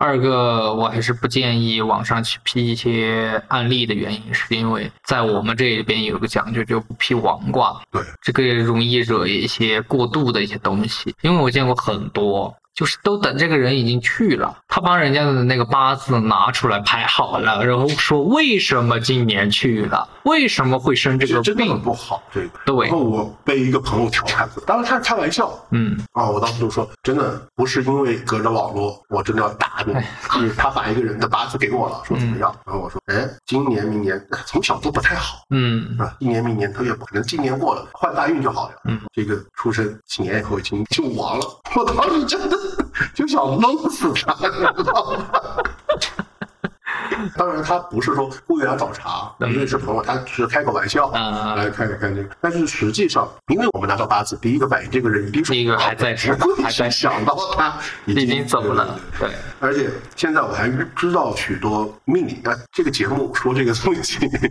Speaker 2: 二个，我还是不建议网上去批一些案例的原因，是因为在我们这边有个讲究，就不批王卦，
Speaker 1: 对，
Speaker 2: 这个容易惹一些过度的一些东西。因为我见过很多，就是都等这个人已经去了，他帮人家的那个八字拿出来排好了，然后说为什么今年去了，为什么会生这
Speaker 1: 其实
Speaker 2: 个
Speaker 1: 真的很
Speaker 2: 病？
Speaker 1: 不好，这个。
Speaker 2: 对
Speaker 1: 然后，我被一个朋友调侃过，当然他是开玩笑
Speaker 2: 嗯，
Speaker 1: 啊，我当时就说，真的不是因为隔着网络，我真的要打
Speaker 2: 哎
Speaker 1: 你，因为他把一个人的八字给我了，说怎么样？然后我说，哎，今年明年从小都不太好。
Speaker 2: 嗯
Speaker 1: 是，吧？一啊年比一年特别不好，可能今年过了换大运就好了。
Speaker 2: 嗯，
Speaker 1: 这个出生几年以后已经就亡了， 我当时真的就想弄死他， 你知道吗？当然，他不是说故意来找茬，因为是朋友，他只是开个玩笑，
Speaker 2: 嗯啊
Speaker 1: 来看一看这个。但是实际上，因为我们拿到八字，第一个反应，这个人一定是
Speaker 2: 第一个还在世
Speaker 1: 不会
Speaker 2: 还在世
Speaker 1: 想到他已
Speaker 2: 已
Speaker 1: 经
Speaker 2: 经走了，对，
Speaker 1: 而且现在我还知道许多命理啊，这个节目说这个东西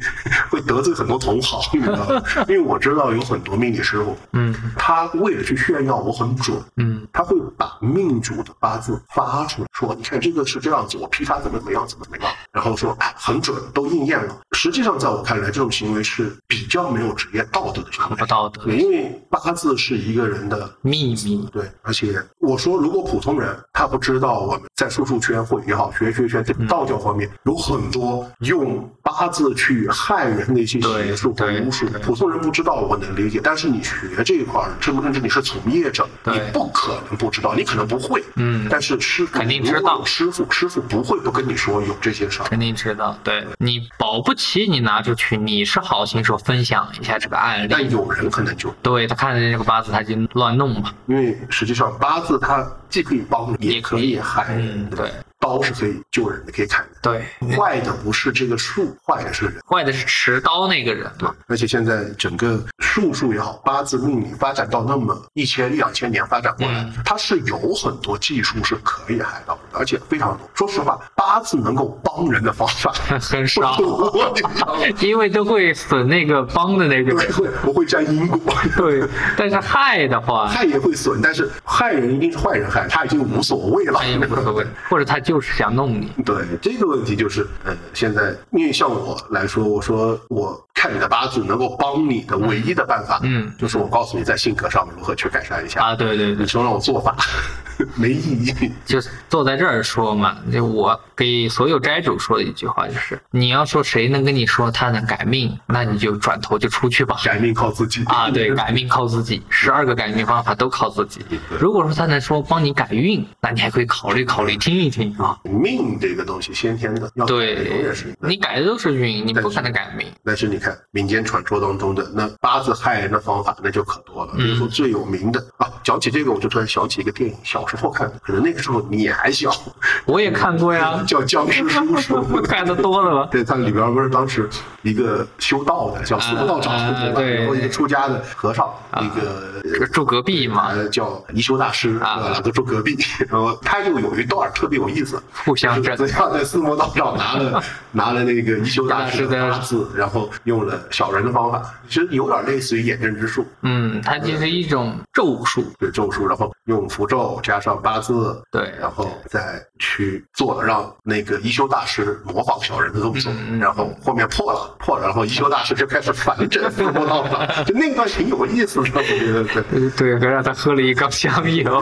Speaker 1: 会得罪很多同行，你知道吗？因为我知道有很多命理师傅，
Speaker 2: 嗯
Speaker 1: 他为了去炫耀我很准，
Speaker 2: 嗯
Speaker 1: 他会把命主的八字发出来，说你看这个是这样子，我批发怎么怎么样，怎么怎么样，然后说哎很准，都应验了。实际上在我看来，这种行为是比较没有职业道德的行为，
Speaker 2: 不道德
Speaker 1: 对因为八字是一个人的
Speaker 2: 秘密，
Speaker 1: 对，而且我说，如果普通人他不知道我们在术数圈或也好，学学圈这
Speaker 2: 嗯
Speaker 1: 个道教方面有很多用八字去害人的一些邪术和
Speaker 2: 对
Speaker 1: 巫术
Speaker 2: 对，
Speaker 1: 普通人不知道我能理解，但是你学这一块儿，甚甚至你是从业者，
Speaker 2: 对
Speaker 1: 你不可能不知道，你可能不会，
Speaker 2: 嗯
Speaker 1: 但是师傅
Speaker 2: 肯定
Speaker 1: 如果
Speaker 2: 知道
Speaker 1: 有师傅师傅不会不跟你说有这些事儿，
Speaker 2: 肯定知道。对你保不齐你拿出去，你是好心说分享一下这个案
Speaker 1: 但
Speaker 2: 例，
Speaker 1: 有人可能就
Speaker 2: 对他看着这个八字他就乱弄嘛，
Speaker 1: 因为实际上八字它既可以帮人，
Speaker 2: 也
Speaker 1: 可
Speaker 2: 可以
Speaker 1: 以害人，
Speaker 2: 嗯对，
Speaker 1: 刀是可以救人的，可以砍人。
Speaker 2: 对，
Speaker 1: 坏的不是这个树，坏的是人。
Speaker 2: 坏的是持刀那个人嘛，
Speaker 1: 而且现在整个术数也好，八字命理发展到那么一千一两千年发展过
Speaker 2: 嗯
Speaker 1: 来，它是有很多技术是可以海盗的，而且非常多。说实话，八字能够帮人的方法
Speaker 2: 很 少
Speaker 1: 不多，你知道吗？
Speaker 2: 因为都会损那个帮的那个
Speaker 1: 对，
Speaker 2: 人。
Speaker 1: 会我会占因 果。
Speaker 2: 对，但是害的话，
Speaker 1: 害也会损，但是害人一定是坏人害，他已经无所谓了。
Speaker 2: 那哎也无所谓，或者他就是想弄你。
Speaker 1: 对这个问题就是，呃，现在因为像我来说，我说我看你的八字能够帮你的唯一的办法，
Speaker 2: 嗯
Speaker 1: 就是我告诉你在性格上如何去改善一下。
Speaker 2: 啊，对对对
Speaker 1: 你，说让我做法， 没意义。
Speaker 2: 就是坐在这儿说嘛，就我给所有斋主说的一句话就是：你要说谁能跟你说他能改命，那你就转头就出去吧。
Speaker 1: 改命靠自己
Speaker 2: 啊，对，改命靠自己，十二个改命方法都靠自己。如果说他能说帮你改运，那你还可以考虑考虑听一听啊。
Speaker 1: 命这个东西先天的，要啊改的永
Speaker 2: 对
Speaker 1: 远是，
Speaker 2: 你改的都是运，你不可能改命。
Speaker 1: 但是你看民间传说当中的那八字害人的方法，那就可多了。比如
Speaker 2: 嗯
Speaker 1: 说最有名的啊，讲起这个我就突然想起一个电影，小时候看的，可能那个时候你也还小，，
Speaker 2: 我也看过 呀
Speaker 1: 叫《僵尸叔叔》
Speaker 2: 我看的多了吧？
Speaker 1: 对，它里边不是当时一个修道的，叫苏道长，
Speaker 2: 啊
Speaker 1: 对吧
Speaker 2: 对
Speaker 1: 然后一个
Speaker 2: 对
Speaker 1: 出家的和尚，一个
Speaker 2: 住隔壁嘛，
Speaker 1: 呃叫宜修大师，
Speaker 2: 啊
Speaker 1: 呃，两个住隔壁，然后他就有一段特别有意思，
Speaker 2: 互相
Speaker 1: 就是
Speaker 2: 震
Speaker 1: 怎样在四魔道上拿了拿了那 个宜修大师的八字，然后用了小人的方法，其实有点类似于眼阵之术，
Speaker 2: 嗯，它就是一种咒术，
Speaker 1: 对咒术，然后用符咒加上八字，
Speaker 2: 对
Speaker 1: 然后再去做了，让那个一休大师模仿小人的动作，
Speaker 2: 嗯嗯
Speaker 1: 然后后面破了，破了，然后一休大师就开始反震伏魔道了，就那段挺有意思的，我觉得对。
Speaker 2: 呃对，还让他喝了一缸香油。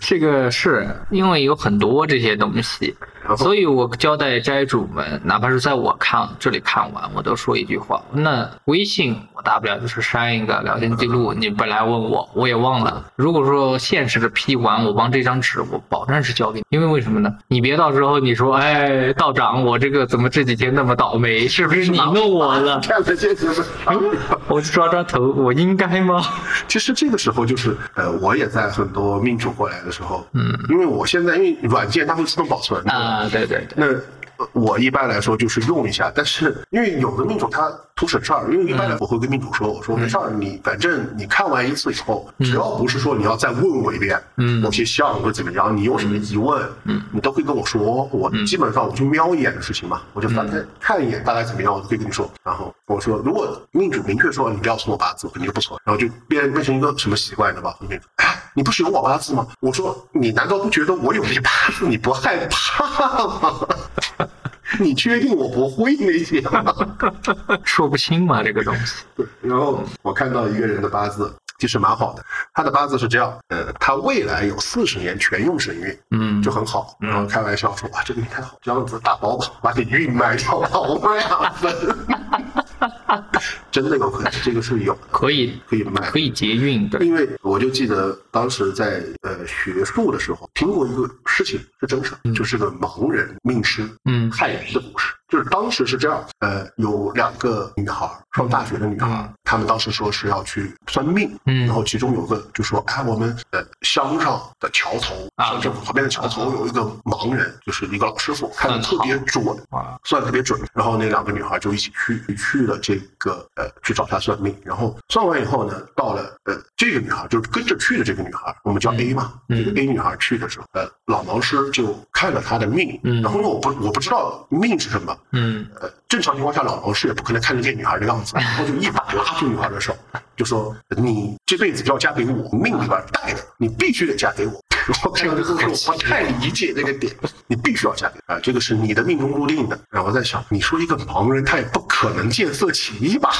Speaker 2: 这个是因为有很多这些东西，所以我交代斋主们，哪怕是在我看这里看完，我都说一句话：那微信我大不了就是删一个聊天记录。你本来问我，我也忘了。如果说现实的批完，我帮这张纸，我保证是交给你，因为为什么呢？你别到时候你说，哎，道长，我这个怎么这几天那么倒霉？是不是你弄我了？
Speaker 1: 看了这些什么？
Speaker 2: 我就抓抓头，我应该吗？
Speaker 1: 其实这个时候就是，呃，我也在很多命主过来的时候，嗯，因为我现在因为软件它会自动保存，
Speaker 2: 啊，对对对，
Speaker 1: 那呃我一般来说就是用一下，但是因为有的命主他图省事儿，因为一般
Speaker 2: 嗯
Speaker 1: 来我会跟命主说，我说没事儿，你反正你看完一次以后，只要不是说你要再问我一遍，
Speaker 2: 嗯
Speaker 1: 某些项目或者怎么样，你有什么疑问，嗯，你都可以跟我说，我基本上我就瞄一眼的事情嘛，我就翻开看一眼大概怎么样，我就可以跟你说。然后我说，如果命主明确说你不要存我八字，我肯定不存，然后就变变成一个什么习惯，你知道吧？命主，哎，你不是有我八字吗？我说，你难道不觉得我有你八字，你不害怕吗？你确定我不会那些吗？
Speaker 2: 说不清嘛，这个东西。
Speaker 1: 然后我看到一个人的八字，其实蛮好的。他的八字是这样，呃，他未来有四十年全用神运，
Speaker 2: 嗯
Speaker 1: 就很好。然后开玩笑说，哇，这个运太好，这样子打包吧，把你运卖掉吧，我们俩 分。真的有可能，这个是有的，
Speaker 2: 可以
Speaker 1: 可以卖
Speaker 2: 可。以捷运的，
Speaker 1: 因为我就记得当时在呃学术的时候听过一个事情是真事儿，就是个盲人命师
Speaker 2: 嗯
Speaker 1: 害人的故事。就是当时是这样，呃，有两个女孩儿上大学的女孩儿，她们当时说是要去算命，
Speaker 2: 嗯
Speaker 1: 然后其中有个就说，哎，我们呃乡上的桥头，
Speaker 2: 啊嗯
Speaker 1: 乡政府旁边的桥头有一个盲人，就是一个老师傅，看的特别准，
Speaker 2: 哇，
Speaker 1: 算得特别准。然后那两个女孩就一起去去了这个呃去找他算命，然后算完以后呢，到了呃这个女孩就是跟着去的这个女孩，我们叫 A 嘛，
Speaker 2: 嗯
Speaker 1: 这个 A 女孩去的时候，呃老盲师就看了她的命，
Speaker 2: 嗯
Speaker 1: 然后因为我不我不知道命是什么。
Speaker 2: 嗯
Speaker 1: 呃，正常情况下，老盲师也不可能看得见女孩的样子，然后就一把拉住女孩的手，就说：“你这辈子要嫁给我，命里边带着，你必须得嫁给我。” 我看到这个时候，我太理解这个点，你必须要嫁给我啊，这个是你的命中注定的。然后我在想，你说一个盲人，他也不可能见色起意吧？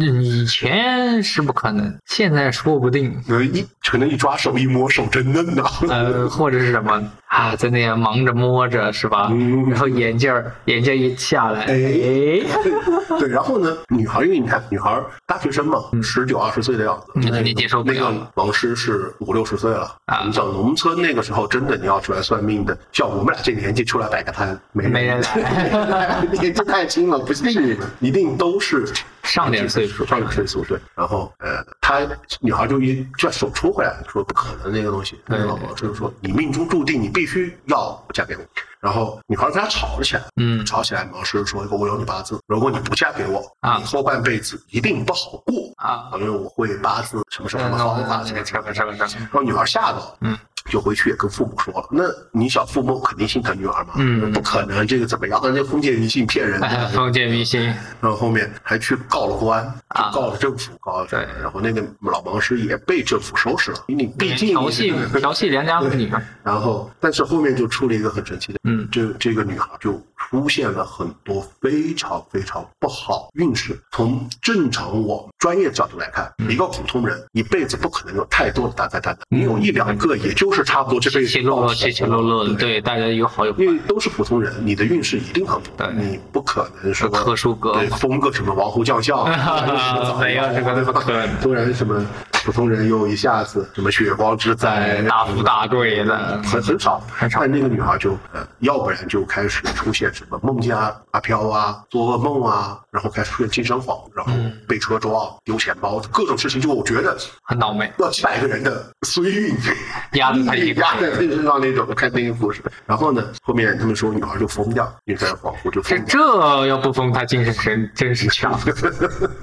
Speaker 2: 以前是不可能，现在说不定，
Speaker 1: 呃，一可能一抓手一摸，手真嫩呐、
Speaker 2: 呃，或者是什么啊，在那样忙着摸着是吧？
Speaker 1: 嗯
Speaker 2: 然后眼镜儿眼镜一下来，
Speaker 1: 哎
Speaker 2: 哎，
Speaker 1: 对，然后呢，女孩儿，因为你看，女孩儿大学生嘛，十九二十岁的样子，
Speaker 2: 嗯
Speaker 1: 那个
Speaker 2: 你接受不
Speaker 1: 那
Speaker 2: 了
Speaker 1: 个老师是五六十岁了
Speaker 2: 啊
Speaker 1: 你想农村那个时候，真的你要出来算命的，像我们俩这年纪出来摆个摊，没
Speaker 2: 没人来
Speaker 1: 年纪太轻了，不信你们，一定都是
Speaker 2: 上点岁数，
Speaker 1: 上点岁数对。然后呃，他女孩就一就要手抽回来，说不可能那个东西。那个老婆就是说你命中注定，你必须要嫁给我。然后女孩跟他吵了起来，
Speaker 2: 嗯
Speaker 1: 吵起来，毛师说我有你八字，如果你不嫁给我，
Speaker 2: 啊
Speaker 1: 你后半辈子一定不好过。
Speaker 2: 啊，
Speaker 1: 因为我会八字什么什么
Speaker 2: 嗯
Speaker 1: 方法，
Speaker 2: 嗯
Speaker 1: 什么什么
Speaker 2: 什么什么什 么
Speaker 1: 让女孩吓到，
Speaker 2: 嗯，
Speaker 1: 就回去也跟父母说了。那你想父母肯定心疼女儿嘛，
Speaker 2: 嗯
Speaker 1: 不可能这个怎么样？人家封建迷信骗人的，
Speaker 2: 哎封建迷信，
Speaker 1: 然后后面还去告了公安，
Speaker 2: 啊
Speaker 1: 去告了政府，告了
Speaker 2: 对
Speaker 1: 然后那个老盲师也被政府收拾了，你毕竟
Speaker 2: 哎调戏调戏良家妇女，
Speaker 1: 然后，但是后面就出了一个很神奇的，
Speaker 2: 嗯
Speaker 1: 这这个女孩就出现了很多非常非常不好运势。从正常我们专业角度来看，
Speaker 2: 嗯
Speaker 1: 一个普通人一辈子不可能有太多的大灾大难，你有一两个，也就是差不多 这辈
Speaker 2: 起
Speaker 1: 子
Speaker 2: 嗯起落
Speaker 1: 到
Speaker 2: 落，
Speaker 1: 头
Speaker 2: 起起落落的，对，大家有好有坏
Speaker 1: 因，为都是普通人，你的运势一定很普通，
Speaker 2: 对
Speaker 1: 你不可能说
Speaker 2: 特殊格
Speaker 1: 对，封个什么王侯将 相，
Speaker 2: 没有这个不可能
Speaker 1: 突然什么普通人又一下子什么血光之灾，
Speaker 2: 大富大贵的，
Speaker 1: 呃很很少，
Speaker 2: 嗯很少
Speaker 1: 但那个女孩就呃，要不然就开始出现什么梦见阿阿飘啊，做噩梦啊，然后开始出现精神恍，然后
Speaker 2: 嗯
Speaker 1: 被车撞、丢钱包，各种事情。就我觉得
Speaker 2: 很倒霉，
Speaker 1: 要几百个人的衰运
Speaker 2: 压得太紧
Speaker 1: 压在自己身上那种。看那个故事，然后呢，后面他们说女孩就疯掉，精神恍惚就
Speaker 2: 这
Speaker 1: 疯掉。
Speaker 2: 这要不封他精神神真是强，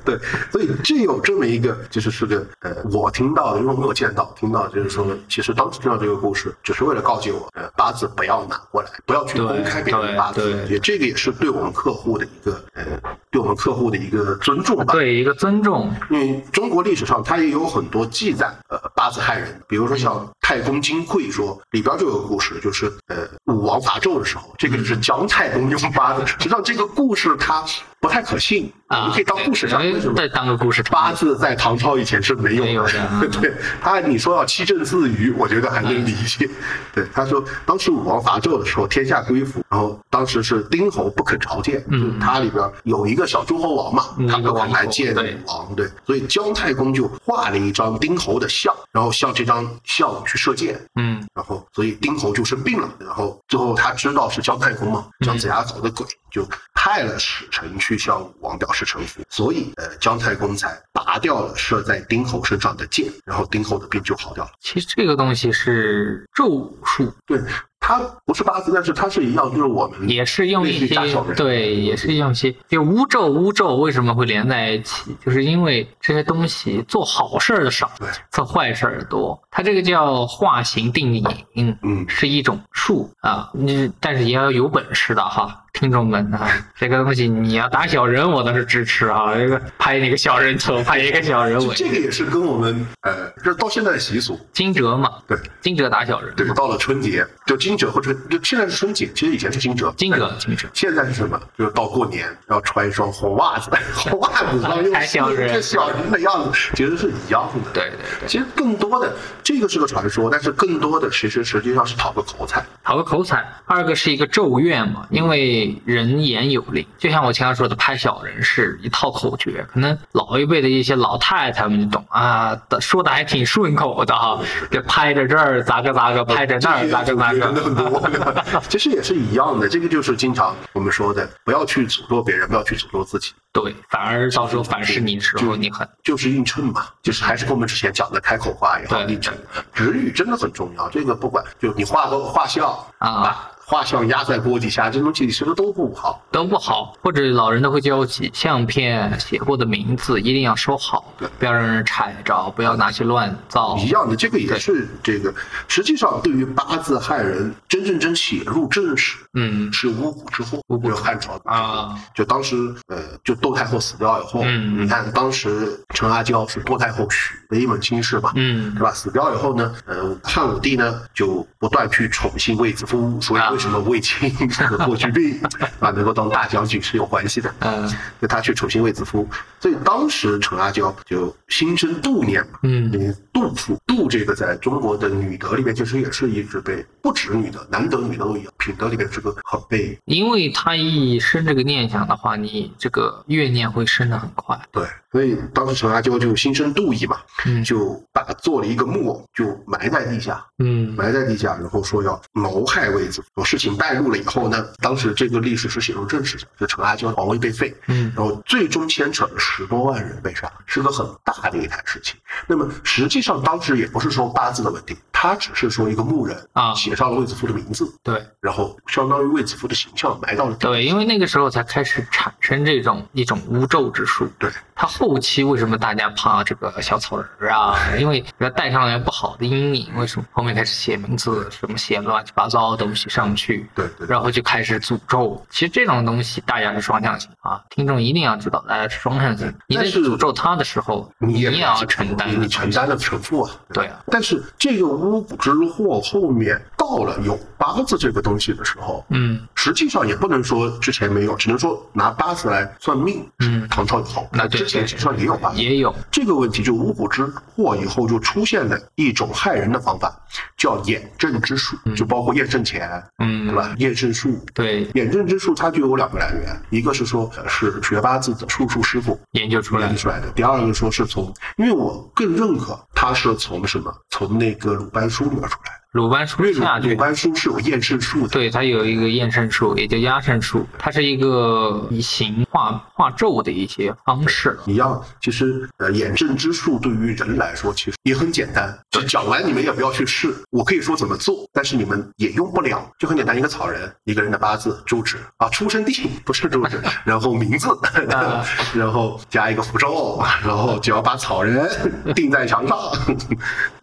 Speaker 1: 对，所以这有这么一个，就是是个呃，我听到的，因为我没有见到，听到就是说，其实当时听到这个故事，只是为了告诫我，呃，八字不要拿过来，不要去
Speaker 2: 对
Speaker 1: 公开别人的
Speaker 2: 对
Speaker 1: 八字
Speaker 2: 对，
Speaker 1: 也这个也是对我们客户的一个呃，对我们客户的一个尊重吧。
Speaker 2: 对一个尊重，
Speaker 1: 因为中国历史上它也有很多记载，呃，八字害人，比如说
Speaker 2: 嗯
Speaker 1: 像《太公金匮》说里边就有个故事，就是呃武王伐纣的时候，这个
Speaker 2: 嗯
Speaker 1: 就是姜太公用八字。实际上这个故事它不太可信，
Speaker 2: 啊，
Speaker 1: 你可以当故事讲，为什么？
Speaker 2: 再当个故事听
Speaker 1: 八字在唐朝以前是没有
Speaker 2: 没有 的嗯
Speaker 1: 对他，你说要七正自娱，我觉得还能理解。对，他说当时武王伐纣的时候，天下归附，然后当时是丁侯不肯朝见，
Speaker 2: 嗯
Speaker 1: 他里边有一个小诸侯王嘛
Speaker 2: 嗯，
Speaker 1: 他不
Speaker 2: 一个王
Speaker 1: 肯
Speaker 2: 侯
Speaker 1: 来见
Speaker 2: 对
Speaker 1: 武王，对，所以姜太公就画了一张丁侯的像，然后向这张像去射箭，
Speaker 2: 嗯，
Speaker 1: 然后所以丁侯就生病了，然后最后他知道是姜太公嘛，姜子牙搞的鬼，就派了使臣去向武王表示臣服，所以呃姜太公才拔掉了射在丁侯身上的箭，然后丁侯的病就好掉了。
Speaker 2: 其实这个东西是咒术，
Speaker 1: 对，它不是八字，但是它是一样，就是我们
Speaker 2: 也是用
Speaker 1: 类似
Speaker 2: 一
Speaker 1: 于打小
Speaker 2: 些
Speaker 1: 人
Speaker 2: 对，也是用一些就巫咒，巫咒为什么会连在一起？就是因为这些东西做好事儿的少
Speaker 1: 对，
Speaker 2: 做坏事儿的多。它这个叫化形定影，
Speaker 1: 嗯
Speaker 2: 是一种术啊。你但是也要有本事的哈，听众 们啊，这个东西你要打小人，我倒是支持哈。这个拍你个小人头，拍一个小人
Speaker 1: 就
Speaker 2: 尾，
Speaker 1: 这个也是跟我们呃，这到现在的习俗，
Speaker 2: 惊蛰嘛，
Speaker 1: 对，
Speaker 2: 惊蛰打小人，
Speaker 1: 对，到了春节就惊蛰或者就现在是春节，其实以前是惊蛰，
Speaker 2: 惊蛰，惊蛰。
Speaker 1: 现在是什么？就是到过年要穿一双红袜子， 红袜子上又
Speaker 2: 还
Speaker 1: 是
Speaker 2: 小人
Speaker 1: 这小人的样子，其实是一样的。
Speaker 2: 对对对
Speaker 1: 其实更多的这个是个传说，但是更多的其实实际上是讨个口彩。
Speaker 2: 讨个口彩，二个是一个咒怨嘛，因为人言有灵，就像我前面说的，拍小人是一套口诀，可能老一辈的一些老太太们就懂啊，说的还挺顺口的哈，就拍着这儿咋个咋个，拍着
Speaker 1: 啊
Speaker 2: 那儿咋个咋
Speaker 1: 真的很
Speaker 2: 个，
Speaker 1: 多，其实也是一样的。这个就是经常我们说的，不要去诅咒别人，不要去诅咒自己，
Speaker 2: 对，反而到时候反噬你的时候，你很
Speaker 1: 就是映衬嘛，就是还是跟我们之前讲的开口话也好，
Speaker 2: 对
Speaker 1: 映衬止语真的很重要。这个不管，就你画个画像
Speaker 2: 啊
Speaker 1: 把画像压在锅底下，这东西其实都不好。
Speaker 2: 都不好，或者老人都会交集，相片写过的名字一定要收好，不要让人踩着，不要拿去乱造。
Speaker 1: 一样的，这个也
Speaker 2: 对
Speaker 1: 是这个。实际上，对于八字害人，真正真写入正史，
Speaker 2: 嗯
Speaker 1: 是巫蛊之祸，
Speaker 2: 巫蛊
Speaker 1: 就是汉朝的
Speaker 2: 啊。
Speaker 1: 就当时，呃，就窦太后死掉以后，
Speaker 2: 嗯
Speaker 1: 你看当时陈阿娇是窦太后许的一门亲事嘛，
Speaker 2: 嗯
Speaker 1: 对吧？死掉以后呢，呃，汉武帝呢就不断去宠幸卫子夫，所以
Speaker 2: 啊
Speaker 1: 为什么卫青和霍去病啊能够当大将军是有关系的。
Speaker 2: 嗯
Speaker 1: 就他去宠幸卫子夫，所以当时陈阿娇就心生妒念嘛，
Speaker 2: 嗯
Speaker 1: 因为杜甫，度这个在中国的女德里面其实也是一直被不止女德，男德女德都一样，品德里面是个很被
Speaker 2: 因为他一生这个念想的话，你这个怨念会升得很快。
Speaker 1: 对，所以当时陈阿娇就心生妒意嘛，
Speaker 2: 嗯
Speaker 1: 就把做了一个木偶，就埋在地下，
Speaker 2: 嗯
Speaker 1: 埋在地下，然后说要谋害卫子。事情败露了以后呢，当时这个历史是写入正史的，就陈阿娇王位被废，
Speaker 2: 嗯
Speaker 1: 然后最终牵扯了十多万人被杀，是个很大的一台事情。那么实际上当时也不是说八字的问题，他只是说一个牧人
Speaker 2: 啊
Speaker 1: 写上了卫子夫的名字，
Speaker 2: 对
Speaker 1: 然后相当于卫子夫的形象埋到了地
Speaker 2: 对，因为那个时候才开始产生这种一种巫咒之术。
Speaker 1: 对，
Speaker 2: 他后期为什么大家怕这个小草人儿啊？因为给他带上来不好的阴影，为什么后面开始写名字，什么写乱七八糟的东西上去？
Speaker 1: 对对对
Speaker 2: 然后就开始诅咒。其实这种东西大家是双向性啊，听众一定要知道，大家是双向性。你在
Speaker 1: 但是
Speaker 2: 诅咒他的时候，
Speaker 1: 你
Speaker 2: 也
Speaker 1: 也
Speaker 2: 要承担，
Speaker 1: 你承。担了承负啊。
Speaker 2: 对啊，
Speaker 1: 但是这个巫蛊之祸后面到了有八字这个东西的时候，
Speaker 2: 嗯，
Speaker 1: 实际上也不能说之前没有，只能说拿八字来算命。
Speaker 2: 嗯
Speaker 1: 唐朝以后，
Speaker 2: 那对
Speaker 1: 之前
Speaker 2: 对
Speaker 1: 实际上也有八字。
Speaker 2: 也有。
Speaker 1: 这个问题就巫蛊之祸以后就出现了一种害人的方法，叫验证之术，就包括验证钱，
Speaker 2: 嗯
Speaker 1: 对吧？验证术。
Speaker 2: 对，
Speaker 1: 验证之术它就有两个来源，一个是说呃是学八字的术数师傅
Speaker 2: 研究出来
Speaker 1: 研
Speaker 2: 的
Speaker 1: 究出来的。第二个说是从，因为我更认可他是从什么，从那个鲁班书里面出来的，
Speaker 2: 鲁班书
Speaker 1: 因为
Speaker 2: 下
Speaker 1: 鲁
Speaker 2: 去
Speaker 1: 鲁班书是有验证术的。
Speaker 2: 对，它有一个验证术，也叫压胜术，它是一个以形化化咒的一些方式。
Speaker 1: 你要其实呃，验证之术对于人来说其实也很简单，就讲完你们也不要去试，我可以说怎么做，但是你们也用不了，就很简单，一个草人，一个人的八字、住址啊，出生地不是住址，然后名字，
Speaker 2: 啊
Speaker 1: 然后加一个符咒，然后只要把草人 钉在墙上，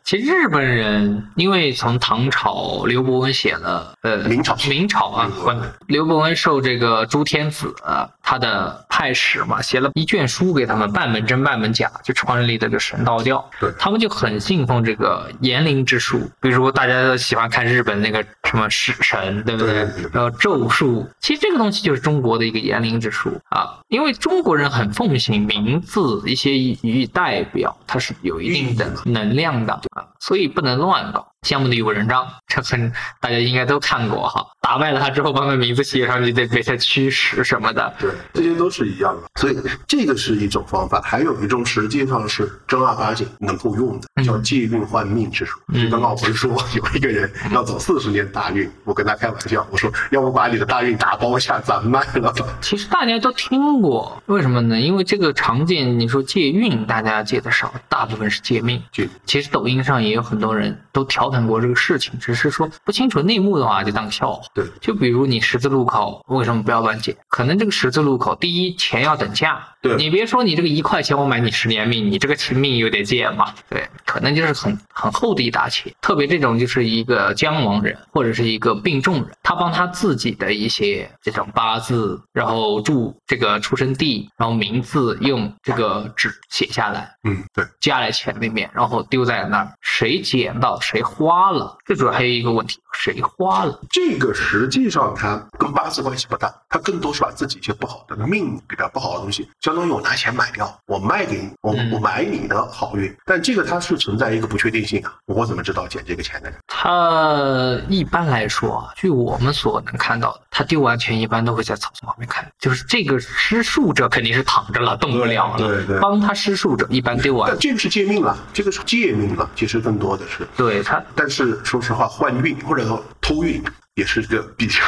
Speaker 2: 其实日本人，因为从唐朝刘伯温写了，呃，
Speaker 1: 明朝
Speaker 2: 明朝啊，关刘伯温受这个朱天子、呃他的派使嘛，写了一卷书给他们，半本真半本假，就创立了这个神道教。
Speaker 1: 对
Speaker 2: 他们就很信奉这个延龄之术，比如说大家都喜欢看日本那个什么式神，对不对？
Speaker 1: 对对对
Speaker 2: 然后咒术，其实这个东西就是中国的一个延龄之术啊，因为中国人很奉行名字一些语义代表，它是有一定的能量的啊，所以不能乱搞。项目的有个文章， 这很大家应该都看过哈。打败了他之后，把他名字写上去，得被他驱使什么的。
Speaker 1: 对，这些都是一样的。所以这个是一种方法，还有一种实际上是正儿八经能够用的，叫借运换命之术。就刚刚我不是说有一个人要走四十年大运，我跟他开玩笑，我说要不把你的大运打包一下，咱卖了吧。
Speaker 2: 其实大家都听过，为什么呢？因为这个常见，你说借运，大家借的少，大部分是借命。
Speaker 1: 就
Speaker 2: 其实抖音上也有很多人都调侃过这个事情，只是说不清楚内幕的话就当个笑话。
Speaker 1: 对
Speaker 2: 就比如你十字路口为什么不要乱解？可能这个十字路口，第一钱要等价，
Speaker 1: 对
Speaker 2: 你别说你这个一块钱我买你十年命，你这个命有点贱嘛，对，可能就是很很厚的一沓钱。特别这种就是一个僵亡人或者是一个病重人，他帮他自己的一些这种八字，然后住这个出生地，然后名字用这个纸写下来，
Speaker 1: 嗯，对，
Speaker 2: 加在钱里面，然后丢在那儿，谁捡到谁花了。最主要还有一个问题，谁花了？
Speaker 1: 这个实际上它跟八字关系不大，它更多是把自己一些不好的命比较不好的东西，相当于我拿钱买掉，我卖给你，我
Speaker 2: 嗯
Speaker 1: 我买你的好运。但这个它是存在一个不确定性啊，我怎么知道捡这个钱的人？
Speaker 2: 他一般来说啊，据我们所能看到的，他丢完钱一般都会在草丛旁边看，就是这个施术者肯定是躺着了，动不了了。
Speaker 1: 对对
Speaker 2: 帮他施术者一般丢完
Speaker 1: 但，这个是借命了，这个是借命了，其实更多的是，
Speaker 2: 对他
Speaker 1: 但是说实话，换运或者说偷运也是一个比较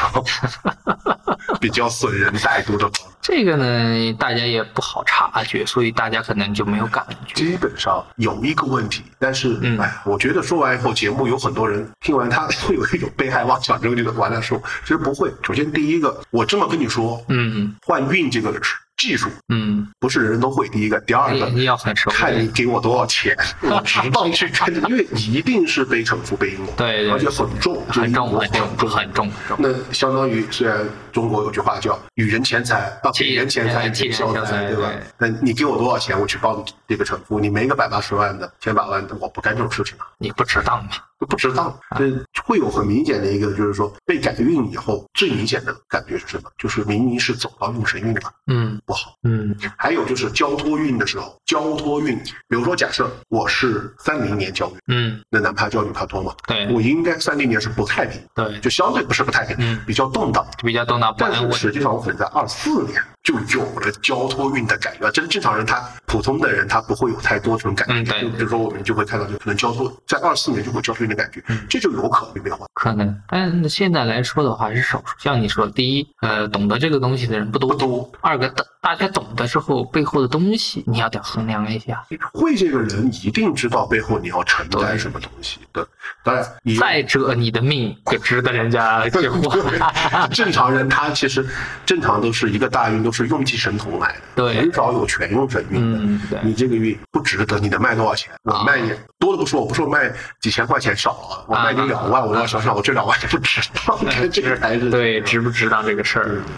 Speaker 1: 比较损人歹毒的方法。
Speaker 2: 这个呢，大家也不好察觉，所以大家可能就没有感觉。
Speaker 1: 基本上有一个问题，但是
Speaker 2: 嗯
Speaker 1: 哎呀，我觉得说完以后，节目有很多人听完他 会有一种被害妄想症，觉得完了说，其实不会。首先第一个，我这么跟你说，
Speaker 2: 嗯
Speaker 1: 换运这个技术
Speaker 2: 嗯，
Speaker 1: 不是人人都会。第一个，第二个，
Speaker 2: 你要很熟
Speaker 1: 看你
Speaker 2: 练。
Speaker 1: 给我多少 钱，我值当去看，因为一定是背城负背因果，
Speaker 2: 对对
Speaker 1: 而且很重，
Speaker 2: 很重
Speaker 1: 这
Speaker 2: 很
Speaker 1: 一股
Speaker 2: 重很重很重。
Speaker 1: 那相当于，虽然中国有句话叫“与人钱财，啊，
Speaker 2: 替
Speaker 1: 给人钱财，替人消
Speaker 2: 替人消
Speaker 1: 灾”，
Speaker 2: 灾
Speaker 1: 对吧
Speaker 2: 对？
Speaker 1: 那你给我多少钱，我去帮你这个城夫，你没个百八十万的、千把万的，我不干这种事情啊。
Speaker 2: 你不值当嘛？
Speaker 1: 就不值当，
Speaker 2: 啊
Speaker 1: 这会有很明显的一个，就是说被改运以后最明显的感觉是什么？就是明明是走到用神运了，
Speaker 2: 嗯
Speaker 1: 不好。
Speaker 2: 嗯
Speaker 1: 还有就是交托运的时候，交托运，比如说假设我是三零年交运，
Speaker 2: 嗯，
Speaker 1: 那男怕交女怕多嘛，
Speaker 2: 对
Speaker 1: 我应该三零年是不太平，
Speaker 2: 对，
Speaker 1: 就相对不是不太平，
Speaker 2: 嗯
Speaker 1: 比较动荡。
Speaker 2: 比较动荡不
Speaker 1: 但
Speaker 2: 安
Speaker 1: 是
Speaker 2: 稳。
Speaker 1: 实际上，我可能在二四年就有了交托运的感觉。真正常人他普通的人他不会有太多这种感觉。
Speaker 2: 嗯对
Speaker 1: 就比如说我们就会看到，就可能交托在二四年就会有交托运的感觉，
Speaker 2: 嗯
Speaker 1: 这就有可能变化。
Speaker 2: 可能，但现在来说的话是少数。像你说，第一，呃，懂得这个东西的人不多；
Speaker 1: 不多
Speaker 2: 二个，大大家懂得之后，背后的东西你要得衡量一下。
Speaker 1: 会这个人一定知道背后你要承担什么东西。对，当然也有
Speaker 2: 再者，你的命可值得人家去花。
Speaker 1: 正常人他其实正常都是一个大运，都是用尽神通来的，
Speaker 2: 对
Speaker 1: 很少有全用神运的。
Speaker 2: 嗯，对，
Speaker 1: 你这个运不值得，你能卖多少钱？我
Speaker 2: 啊
Speaker 1: 卖你多的不说，我不说卖几千块钱少了，我卖你两万，我要想想，我这两万不值当， 这 个嗯才是
Speaker 2: 对值不值当这个事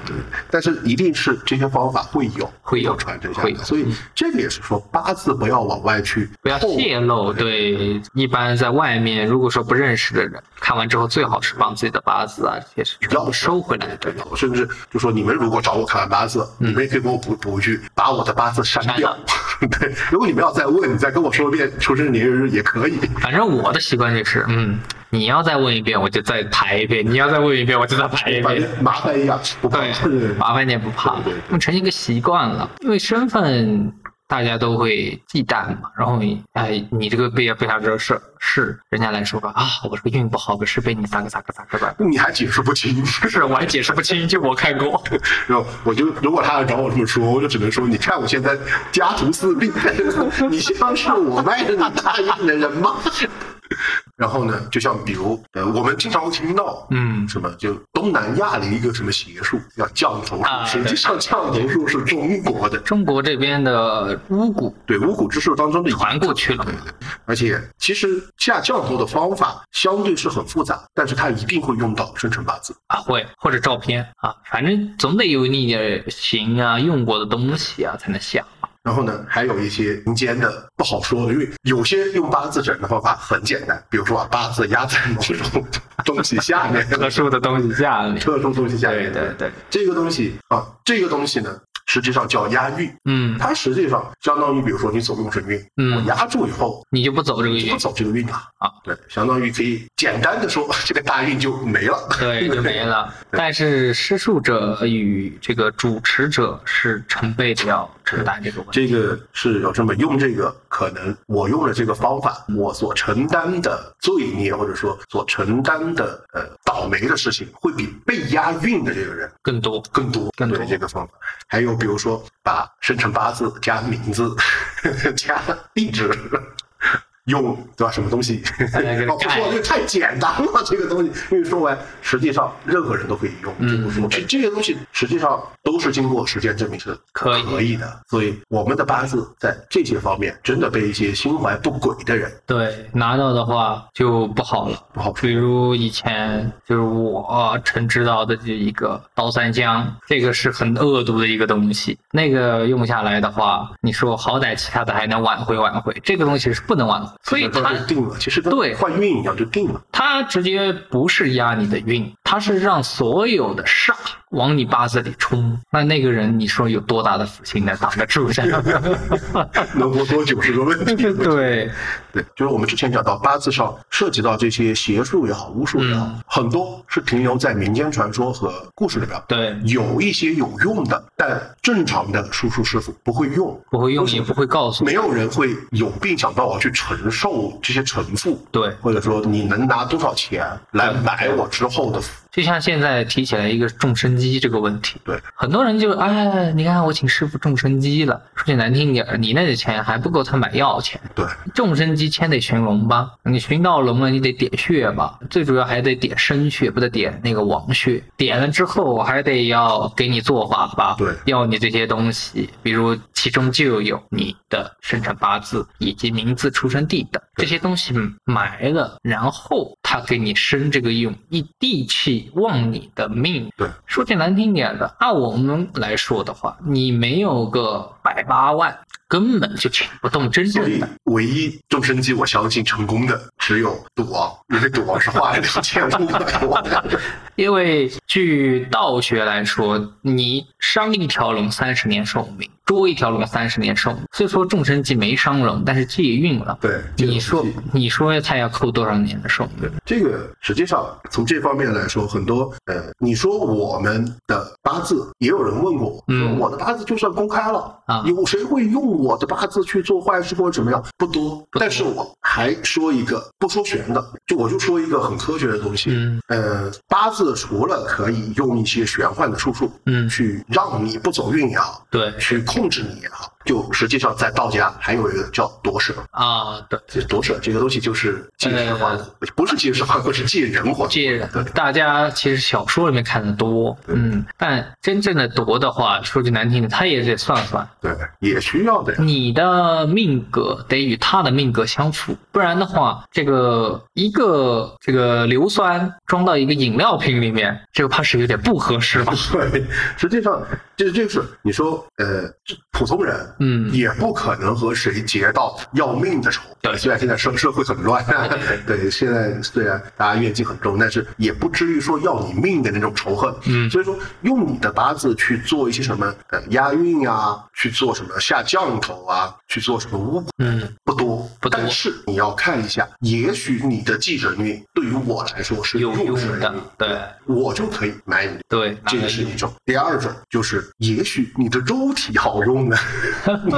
Speaker 1: 对
Speaker 2: 儿，
Speaker 1: 对，但是一定是这些方法会有
Speaker 2: 会有
Speaker 1: 传承下
Speaker 2: 会
Speaker 1: 来
Speaker 2: 有
Speaker 1: 的，所以这个也是说八字不要往外去
Speaker 2: 不要
Speaker 1: 透
Speaker 2: 泄露。对，一般在外面，如果说不认识的人，看完之后最好是帮自己的八字啊这些事全部收回来。对，
Speaker 1: 我甚至就说你们如果找我看完八字，你们也可以给我补补一句，把我的八字删
Speaker 2: 删
Speaker 1: 掉
Speaker 2: 了。
Speaker 1: 对，如果你们要再问，你再跟我说一遍出生年月日也可以。
Speaker 2: 反正我的习惯就是，嗯，你要再问一遍，我就再排一遍；你要再问一遍，我就再排一
Speaker 1: 反
Speaker 2: 遍。
Speaker 1: 正麻烦一样，不怕
Speaker 2: 对
Speaker 1: 对，
Speaker 2: 麻烦点不怕
Speaker 1: 对对对，
Speaker 2: 那成一个习惯了。因为身份大家都会忌惮嘛，然后你哎，你这个被被啥惹事是人家来说吧啊，我这个运不好，可是被你咋个咋个咋个咋个，
Speaker 1: 你还解释不清。
Speaker 2: 是我还解释不清，就我看过。
Speaker 1: 然后我就如果他要找我这么说，我就只能说，你看我现在家徒四壁，你像是我卖着你大运的人吗？ 然后呢，就像比如呃，我们经常会听到，
Speaker 2: 嗯
Speaker 1: 什么就东南亚的一个什么邪术叫降头术，
Speaker 2: 啊
Speaker 1: 实际上降头术是中国的，
Speaker 2: 中国这边的巫蛊
Speaker 1: 对巫蛊之术当中的一
Speaker 2: 传过去了，
Speaker 1: 而且其实下降头的方法相对是很复杂，但是它一定会用到生辰八字。
Speaker 2: 啊，会或者照片啊，反正总得有你的形啊、用过的东西啊才能下。
Speaker 1: 然后呢，还有一些民间的不好说的，因为有些用八字整的方法很简单，比如说把八字压在某 种东西下面，
Speaker 2: 特殊的东西下面，
Speaker 1: 特殊东西下
Speaker 2: 对
Speaker 1: 面。
Speaker 2: 对对，
Speaker 1: 这个东西啊，这个东西呢，实际上叫押运，
Speaker 2: 嗯，
Speaker 1: 它实际上相当于，比如说你走用神运，
Speaker 2: 嗯
Speaker 1: 我压住以后。
Speaker 2: 你就不走这个
Speaker 1: 你就
Speaker 2: 运
Speaker 1: 不，走这个运了
Speaker 2: 啊！
Speaker 1: 对，相当于可以简单的说， 这个大运就没了。
Speaker 2: 对，就没 了。但是施术者与这个主持者是成倍的要承担这个问题。
Speaker 1: 这个是有这么用这个，可能我用了这个方法，我所承担的罪孽或者说所承担的呃倒霉的事情，会比被押运的这个人
Speaker 2: 更多，
Speaker 1: 更多。
Speaker 2: 更多
Speaker 1: 对这个方法，还有比如说把生辰八字加名字 加地址。 用对吧？什么东西？
Speaker 2: 哎给它
Speaker 1: 哦，不说
Speaker 2: 盖
Speaker 1: 这个太简单了， 这个东西。因为说完，实际上任何人都可以用，这不
Speaker 2: 嗯
Speaker 1: 说。这这些东西实际上都是经过实践证明是
Speaker 2: 可以
Speaker 1: 可以的，所以我们的八字在这些方面真的被一些心怀不轨的人，
Speaker 2: 对，拿到的话就不好了。
Speaker 1: 不好说
Speaker 2: 比如以前就是我曾知道的这一个倒三江，这个是很恶毒的一个东西。那个用下来的话，你说好歹其他的还能挽回挽回，这个东西是不能挽回。所以
Speaker 1: 这个
Speaker 2: 它
Speaker 1: 就定了，其实跟
Speaker 2: 对
Speaker 1: 换运一样就定 了。
Speaker 2: 它直接不是压你的运，它是让所有的煞往你八字里冲。那那个人，你说有多大的福气能挡得住这样？
Speaker 1: 能活多久是个问
Speaker 2: 嗯
Speaker 1: 题。
Speaker 2: 对，
Speaker 1: 对，就是我们之前讲到八字上涉及到这些邪术也好，巫术也好，
Speaker 2: 嗯
Speaker 1: 很多是停留在民间传说和故事里边。
Speaker 2: 对
Speaker 1: 有一些有用的，但正常的叔叔师傅不会用。
Speaker 2: 不会用也不会告诉你。
Speaker 1: 没有人会有病想到我去承受这些沉负，
Speaker 2: 对
Speaker 1: 或者说你能拿多少钱来买我之后的福？
Speaker 2: 就像现在提起来一个种生机这个问题，
Speaker 1: 对，
Speaker 2: 很多人就哎，你看我请师傅种生机了，说句难听点儿，你那点钱还不够他买药钱。
Speaker 1: 对，
Speaker 2: 众生机先得寻龙吧，你寻到龙了，你得点穴吧，最主要还得点生穴，不得点那个王穴。点了之后，还得要给你做法吧，
Speaker 1: 对
Speaker 2: 要你这些东西，比如其中就有你的生辰八字以及名字、出生地等这些东西埋了，然后他给你生这个用，以地气旺你的命。
Speaker 1: 对，
Speaker 2: 说句难听点的，按我们来说的话，你没有个百八万。根本就请不动真
Speaker 1: 所
Speaker 2: 正
Speaker 1: 以
Speaker 2: 的。
Speaker 1: 唯一种生机我相信成功的只有赌王，因为赌王是花了两千五百 万。
Speaker 2: 因为据道学来说，你伤一条龙三十年寿命，捉一条龙三十年寿命。虽说众生计没伤龙，但是借运了。
Speaker 1: 对
Speaker 2: 你说
Speaker 1: 借运气
Speaker 2: 你说他要扣多少年的寿命？
Speaker 1: 这个实际上从这方面来说，很多呃，你说我们的八字，也有人问过我，
Speaker 2: 嗯
Speaker 1: 说我的八字就算公开了
Speaker 2: 啊
Speaker 1: 有谁会用我的八字去做坏事或者怎么样？不多，但是我还说一个不说玄的，就我就说一个很科学的东西，
Speaker 2: 嗯
Speaker 1: 呃，八字除了可以用一些玄幻的术数，
Speaker 2: 嗯
Speaker 1: 去让你不走运也好，
Speaker 2: 对
Speaker 1: 去控制你也好，就实际上在道家还有一个叫夺舍，
Speaker 2: 啊，对，
Speaker 1: 这夺舍这个东西就是借尸还魂，不是借尸还魂，是呃借人还。
Speaker 2: 这个
Speaker 1: 对
Speaker 2: 大家其实小说里面看的多，嗯，但真正的夺的话，说句难听的，他也得算算，
Speaker 1: 对，也需要的呀。
Speaker 2: 你的命格得与他的命格相符，不然的话，这个一个这个硫酸装到一个饮料瓶里面，这个怕是有点不合适 吧？
Speaker 1: 对，实际上这这是你说，呃，这普通人，
Speaker 2: 嗯
Speaker 1: 也不可能和谁结到要命的仇。
Speaker 2: 对
Speaker 1: 虽然现在社社会很乱， 对，现在虽然大家怨气很重，但是也不至于说要你命的那种仇恨。
Speaker 2: 嗯
Speaker 1: 所以说用你的八字去做一些什么呃押韵啊，去做什么下降头啊，去做什么巫蛊
Speaker 2: 嗯，
Speaker 1: 不多，
Speaker 2: 不多
Speaker 1: 但是你要看一下，也许你的忌神运对于我来说是
Speaker 2: 有用
Speaker 1: 用神
Speaker 2: 的
Speaker 1: 运，
Speaker 2: 对
Speaker 1: 我就可以买你。
Speaker 2: 对，
Speaker 1: 这个是一种，第二种就是，也许你的肉体好用呢，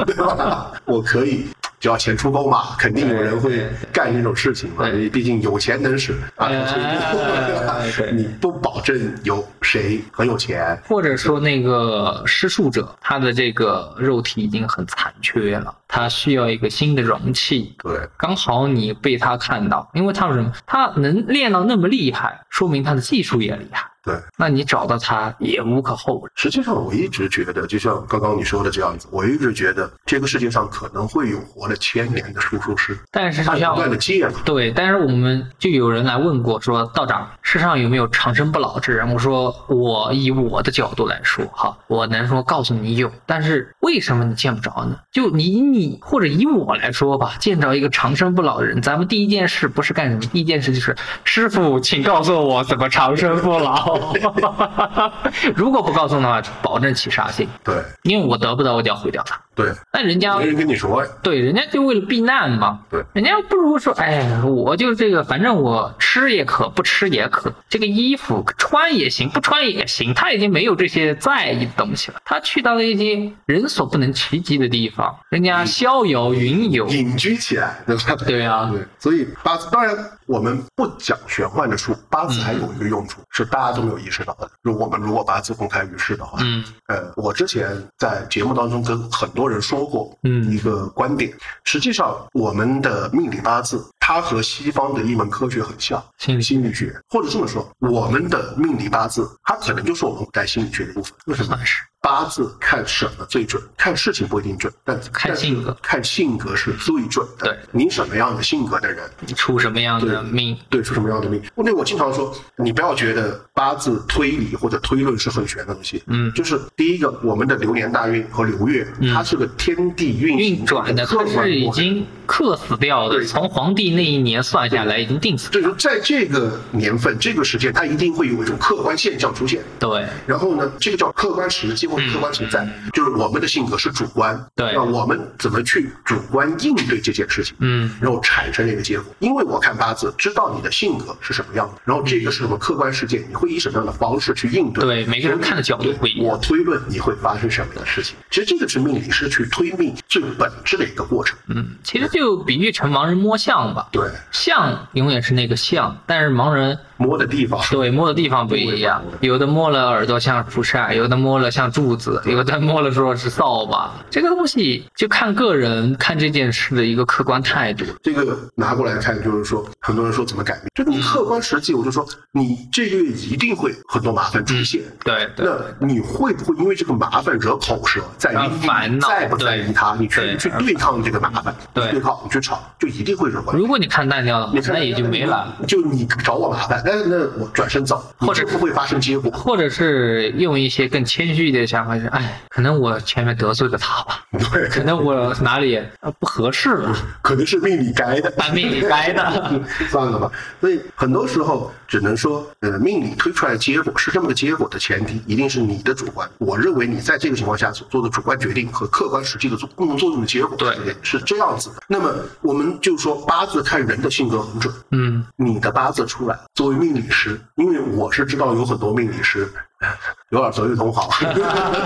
Speaker 1: 对 吧？我可以，只要钱出够嘛，肯定有人会干这种事情嘛。
Speaker 2: 对
Speaker 1: 因为毕竟有钱能使啊，
Speaker 2: 哎
Speaker 1: 所以
Speaker 2: 对
Speaker 1: 你不保证有谁很有钱，
Speaker 2: 或者说那个施术者，他的这个肉体已经很残缺了，他需要一个新的容器。
Speaker 1: 对。
Speaker 2: 刚好你被他看到，因为他有什么？他能练到那么厉害，说明他的技术也厉害。
Speaker 1: 对，
Speaker 2: 那你找到他也无可厚非。
Speaker 1: 实际上我一直觉得，就像刚刚你说的这样子，我一直觉得这个世界上可能会有活了千年的术数师，
Speaker 2: 但是
Speaker 1: 他
Speaker 2: 就像
Speaker 1: 不断的借嘛。
Speaker 2: 对，但是我们就有人来问过说，道长，世上有没有长生不老之人？我说，我以我的角度来说，哈，我能说告诉你有，但是为什么你见不着呢？就你以你或者以我来说吧，见着一个长生不老的人，咱们第一件事不是干什么，第一件事就是师傅，请告诉我怎么长生不老。 如果不告诉的话，保证起杀心，
Speaker 1: 对
Speaker 2: 因为我得不到，我就要毁掉他。
Speaker 1: 对，
Speaker 2: 那人家
Speaker 1: 没人跟你说呀。
Speaker 2: 对，人家就为了避难嘛。
Speaker 1: 对
Speaker 2: 人家不如说，哎，我就这个，反正我吃也可，不吃也可，这个衣服穿也行，不穿也行。他已经没有这些在意的东西了，他去到了一些人所不能企及的地方，人
Speaker 1: 嗯
Speaker 2: 家逍遥云游。
Speaker 1: 隐居起来，对吧？
Speaker 2: 对啊
Speaker 1: 嗯对，所以八字当然我们不讲玄幻的术，八字还有一个用
Speaker 2: 嗯
Speaker 1: 处、是大家都没有意识到的。如果我们如果八字公开于世的话，
Speaker 2: 嗯
Speaker 1: 呃，我之前在节目当中跟很多人说过，
Speaker 2: 嗯
Speaker 1: 一个观点，实际上我们的命理八字，它和西方的一门科学很像，
Speaker 2: 心理学
Speaker 1: 心理学，或者这么说，我们的命理八字，它可能就是我们古代心理学的一部分。为什么？
Speaker 2: 算是
Speaker 1: 八字看什么最准？看事情不一定准，但
Speaker 2: 看
Speaker 1: 但是
Speaker 2: 性格
Speaker 1: 看性格是最准的。
Speaker 2: 对嗯
Speaker 1: 你什么样的性格的人，
Speaker 2: 你出什么样的
Speaker 1: 对
Speaker 2: 命？
Speaker 1: 对出什么样的命。那我经常说，你不要觉得八字推理或者推论是很玄的东西。
Speaker 2: 嗯
Speaker 1: 就是第一个，我们的流年大运和流月，它是个天地运行
Speaker 2: 运转的
Speaker 1: 客
Speaker 2: 它
Speaker 1: 观
Speaker 2: 是已
Speaker 1: 过程
Speaker 2: 经克死掉的，
Speaker 1: 对
Speaker 2: 从皇帝那一年算下来已经定死。
Speaker 1: 就是在这个年份、这个时间，它一定会有一种客观现象出现。
Speaker 2: 对，
Speaker 1: 然后呢，这个叫客观实际或者客观存在，就是我们的性格是主观，
Speaker 2: 嗯对
Speaker 1: 那我们怎么去主观应对这件事情，
Speaker 2: 嗯，
Speaker 1: 然后产生一个结果。因为我看八字，知道你的性格是什么样的，然后这个是什么客观世界，你会以什么样的方式去应对？
Speaker 2: 对每个人看的角度不一样
Speaker 1: 我推论你会发生什么样的事情，其实这个是命理师去推命最本质的一个过程。
Speaker 2: 嗯，其实就比喻成盲人摸象吧。
Speaker 1: 对，
Speaker 2: 象永远是那个象，但是盲人
Speaker 1: 摸的地方，
Speaker 2: 对摸的地方不一样，有的摸了耳朵像蒲扇，有的摸了像柱子，有的摸了说是扫把。这个东西就看个人看这件事的一个客观态度。
Speaker 1: 这个拿过来看，就是说，很多人说怎么改变，就是你客观实际，我就说你这个月一定会很多麻烦出现。
Speaker 2: 对对
Speaker 1: 那你会不会因为这个麻烦惹口舌，在
Speaker 2: 让
Speaker 1: 于
Speaker 2: 烦
Speaker 1: 你
Speaker 2: 恼
Speaker 1: 在不在意它，你去
Speaker 2: 对
Speaker 1: 去对抗这个麻烦，
Speaker 2: 对
Speaker 1: 你去对抗，你去吵，就一定会惹麻烦。
Speaker 2: 如果你看淡掉的话
Speaker 1: 你，看
Speaker 2: 那也就没了。
Speaker 1: 就你找我麻烦，哎那那我转身走，
Speaker 2: 或者
Speaker 1: 不会发生结果。
Speaker 2: 或者是用一些更谦虚一点的想法，就是哎，可能我前面得罪了他吧，
Speaker 1: 对，
Speaker 2: 可能我哪里呃不合适 了，
Speaker 1: 可能是命里该的。
Speaker 2: 把命里该的。
Speaker 1: 算了吧。所以很多时候只能说，呃，命理推出来的结果是这么个结果的前提，一定是你的主观。我认为你在这个情况下所做的主观决定和客观实际的作共同作用的结果，
Speaker 2: 对
Speaker 1: 是这样子的。那么我们就说八字看人的性格很准，
Speaker 2: 嗯，
Speaker 1: 你的八字出来，作为命理师，因为我是知道有很多命理师。 有点德育同好，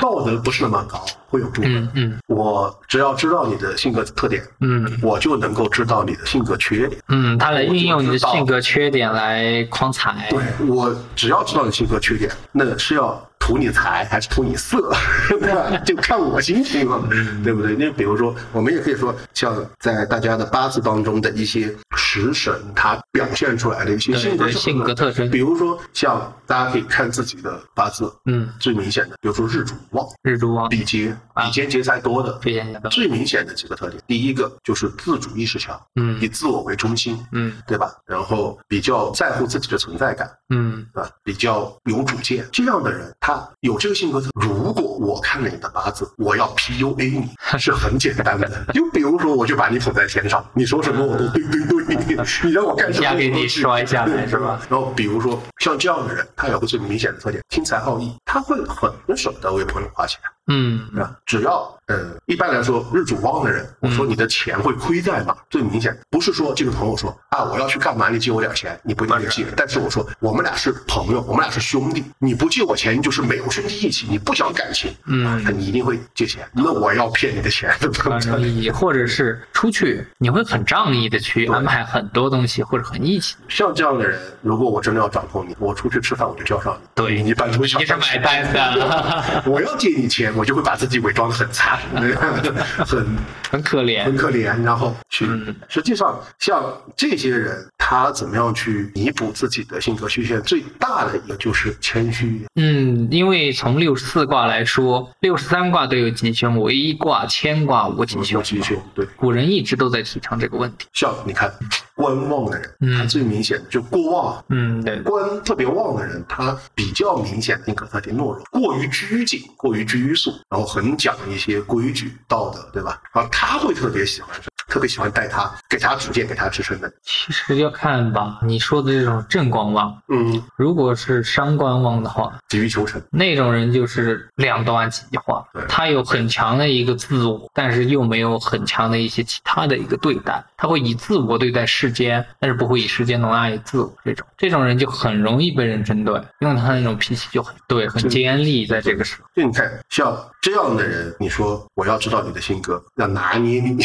Speaker 1: 道德不是那么高，会有部分。
Speaker 2: 嗯嗯
Speaker 1: 我只要知道你的性格特点，
Speaker 2: 嗯
Speaker 1: 我就能够知道你的性格缺点。
Speaker 2: 嗯，他来运用你的性格缺点来狂踩。
Speaker 1: 对我只要知道你性格缺点，那是要图你财还是图你色， 那就看我心情了，
Speaker 2: 嗯
Speaker 1: 对不对？那比如说，我们也可以说，像在大家的八字当中的一些食神，它表现出来的一些
Speaker 2: 对
Speaker 1: 性格
Speaker 2: 对
Speaker 1: 是
Speaker 2: 性
Speaker 1: 很
Speaker 2: 格特征
Speaker 1: 比如说，像大家可以看自己的八字，
Speaker 2: 嗯，
Speaker 1: 最明显的，比如说日主旺、
Speaker 2: 日主旺，
Speaker 1: 比劫，
Speaker 2: 啊
Speaker 1: 比劫劫财多的，
Speaker 2: 非常的
Speaker 1: 最明显的几个特点，第一个就是自主意识强，
Speaker 2: 嗯
Speaker 1: 以自我为中心，
Speaker 2: 嗯，
Speaker 1: 对吧？然后比较在乎自己的存在感，
Speaker 2: 嗯
Speaker 1: 对吧？比较有主见，这样的人他有这个性格特征。如果我看了你的八字，我要 PUA 你，是很简单的。就比如说，我就把你捧在天上，你说什么我都对对对，你让我干什么
Speaker 2: 压
Speaker 1: 我
Speaker 2: 给
Speaker 1: 都
Speaker 2: 你
Speaker 1: 去
Speaker 2: 摔下来
Speaker 1: 对
Speaker 2: 是吧？
Speaker 1: 然后比如说像这样的人，他有个最明显的特点，听财好义，他会很舍不得为朋友花钱。
Speaker 2: 嗯
Speaker 1: 对吧？只要呃，一般来说，日主旺的人，我说
Speaker 2: 嗯
Speaker 1: 你的钱会亏在哪儿？最明显不是说这个朋友说啊，我要去干嘛，你借我点钱，你不一定借。但是我说，我们俩是朋友，我们俩是兄弟，你不借我钱，你就是没有兄弟义气，你不讲感情，
Speaker 2: 嗯
Speaker 1: 那你一定会借钱。那我要骗你的钱，对不
Speaker 2: 发生
Speaker 1: 对？
Speaker 2: 意义，或者是出去你会很仗义的去安排很多东西，或者很义气。
Speaker 1: 像这样的人，如果我真的要掌控你，我出去吃饭我就叫上你，
Speaker 2: 对
Speaker 1: 你一般都想
Speaker 2: 你是买单的，
Speaker 1: 我要借你钱，我就会把自己伪装的很惨， 很
Speaker 2: 很可
Speaker 1: 很
Speaker 2: 怜。
Speaker 1: 可怜，然后去。
Speaker 2: 嗯
Speaker 1: 实际上，像这些人，他怎么样去弥补自己的性格缺陷？最大的一个就是谦虚。
Speaker 2: 嗯，因为从六十四卦来说，六十三卦都有吉凶，唯一卦乾卦无吉凶。
Speaker 1: 谦虚，对。
Speaker 2: 古人一直都在提倡这个问题。
Speaker 1: 像你看，观望的人，
Speaker 2: 嗯
Speaker 1: 他最明显就过旺。
Speaker 2: 嗯，对，
Speaker 1: 官特别旺的人，他比较明显的性格特点懦弱，过于拘谨，过于拘束，然后很讲一些规矩、道德，对吧？然后他会特别喜欢，特别喜欢带他，给他主见，给他支撑的。
Speaker 2: 其实要看吧，你说的这种正官旺，
Speaker 1: 嗯，
Speaker 2: 如果是伤官旺的话，
Speaker 1: 急于求成。
Speaker 2: 那种人就是两端极化
Speaker 1: 对，
Speaker 2: 他有很强的一个自我，但是又没有很强的一些其他的一个对待，他会以自我对待世间，但是不会以世间容纳于自我这种，这种人就很容易被人针对，因为他那种脾气就很对，很尖利，在这个时候。
Speaker 1: 就你看，像这样的人，你说我要知道你的性格，要拿捏你，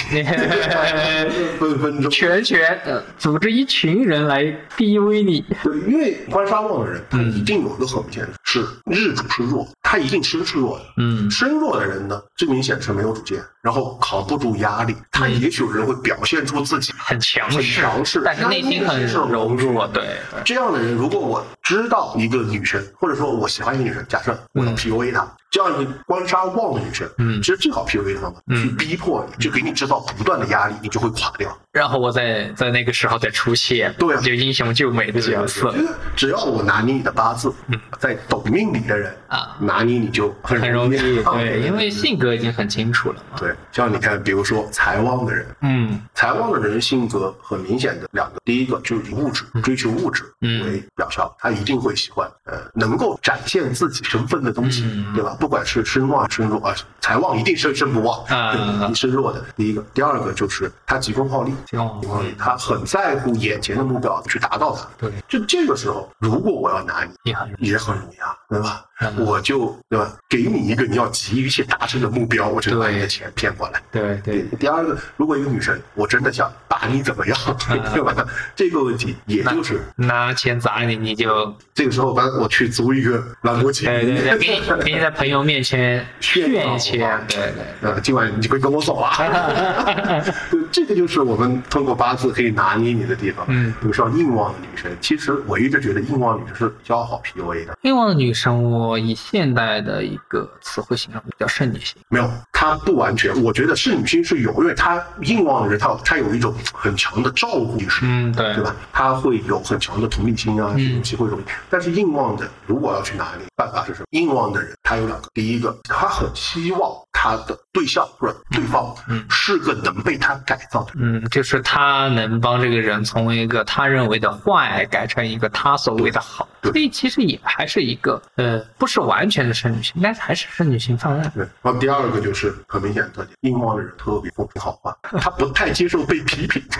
Speaker 1: 分分钟。
Speaker 2: 全权呃组织一群人来 PUA 你，
Speaker 1: 对，因为官杀旺的人，
Speaker 2: 嗯
Speaker 1: 他一定有一个很明显的是日主是弱，他一定身是弱的。
Speaker 2: 嗯
Speaker 1: 身弱的人呢，最明显是没有主见，然后扛不住压力，他也许有人会表现出自己。
Speaker 2: 嗯很强
Speaker 1: 很
Speaker 2: 势，
Speaker 1: 强势
Speaker 2: 但是内心很柔弱，对，对
Speaker 1: 这样的人，如果我知道一个女生，或者说我喜欢一个女生，假设我要
Speaker 2: 嗯
Speaker 1: PUA 她，这样一个官杀旺的女生，
Speaker 2: 嗯
Speaker 1: 其实最好 PUA 她嘛，
Speaker 2: 嗯
Speaker 1: 去逼迫你，就给你制造不断的压力，你就会垮掉。
Speaker 2: 然后我在在那个时候再出现，
Speaker 1: 对啊
Speaker 2: 就英雄救美的角色
Speaker 1: 我觉，得只要我拿捏你的八字，在懂命理的人
Speaker 2: 嗯啊
Speaker 1: 拿捏你就很
Speaker 2: 很容
Speaker 1: 容
Speaker 2: 易，
Speaker 1: 啊
Speaker 2: 对，因为性格已经很清楚了嘛。
Speaker 1: 对，像你看，比如说财旺的人，
Speaker 2: 嗯
Speaker 1: 财旺的人性格很明显的两个，第一个就是以物质追求物质
Speaker 2: 嗯
Speaker 1: 为表象，他一定会喜欢呃能够展现自己身份的东西，
Speaker 2: 嗯
Speaker 1: 对吧？不管是身旺身弱啊，财旺一定是身不旺，
Speaker 2: 啊
Speaker 1: 对，身弱的第一个，第二个就是他急功好利，
Speaker 2: 急功好利
Speaker 1: 急他很在乎眼前的目标去达到它，
Speaker 2: 对，
Speaker 1: 就这个时候，如果我要拿你，
Speaker 2: 也很容易
Speaker 1: 也很容易啊，对吧？
Speaker 2: 嗯
Speaker 1: 我就对吧，给你一个你要急于去达成的目标，我就把你的
Speaker 2: 对
Speaker 1: 钱骗过来。
Speaker 2: 对
Speaker 1: 对
Speaker 2: 对，，
Speaker 1: 第二个，如果一个女生，我真的想把你怎么样，
Speaker 2: 嗯
Speaker 1: 对吧？这个问题，也就是
Speaker 2: 拿钱砸你，你就
Speaker 1: 这个时候，反正我去租一个兰博基尼，
Speaker 2: 对对对，给你给你在朋友面前
Speaker 1: 炫耀
Speaker 2: 炫一圈，对对。
Speaker 1: 呃，今晚你就会跟我走啊。对， 这个就是我们通过八字可以拿捏你的地方。
Speaker 2: 嗯
Speaker 1: 比如像硬旺的女生，其实我一直觉得硬旺女生是比较好 PUA 的，
Speaker 2: 欲望的女生，我以现代的一个词汇形容比较圣女型，
Speaker 1: 没有，她它不完全，我觉得是女性是有，因为它硬望人，它它有一种很强的照顾意识，
Speaker 2: 嗯对
Speaker 1: 对吧？它会有很强的同理心啊，这种机会容易。但是硬望的，如果要去哪里，办法是什么？硬望的人，他有两个，第一个，他很希望他的对象或者对方是个能被他改造的人。
Speaker 2: 嗯，就是他能帮这个人从一个他认为的坏改成一个他所谓的好，所以其实也还是一个呃，不是完全的剩女性，但是还是剩女性泛滥。
Speaker 1: 对，然后第二个就是很明显的特点，硬望的人特别风评好话，他不太接受被批评。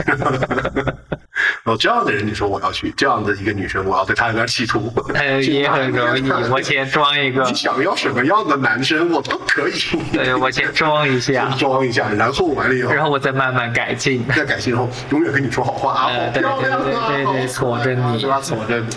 Speaker 1: 哦，这样的人，你说我要去这样的一个女生，我要对她有点企图，
Speaker 2: 呃，也很容易，我先装一个
Speaker 1: 你，想要什么样的男生，我都可以。
Speaker 2: 对，啊我先装一下
Speaker 1: 先，装一下，然后完了以后，
Speaker 2: 然后我再慢慢改进。
Speaker 1: 在感谢后，永远跟你说好话啊，
Speaker 2: 哎
Speaker 1: 好漂亮啊，
Speaker 2: 对对对对对
Speaker 1: 好
Speaker 2: 锁
Speaker 1: 可爱
Speaker 2: 着
Speaker 1: 啊
Speaker 2: 你
Speaker 1: 对吧？锁着你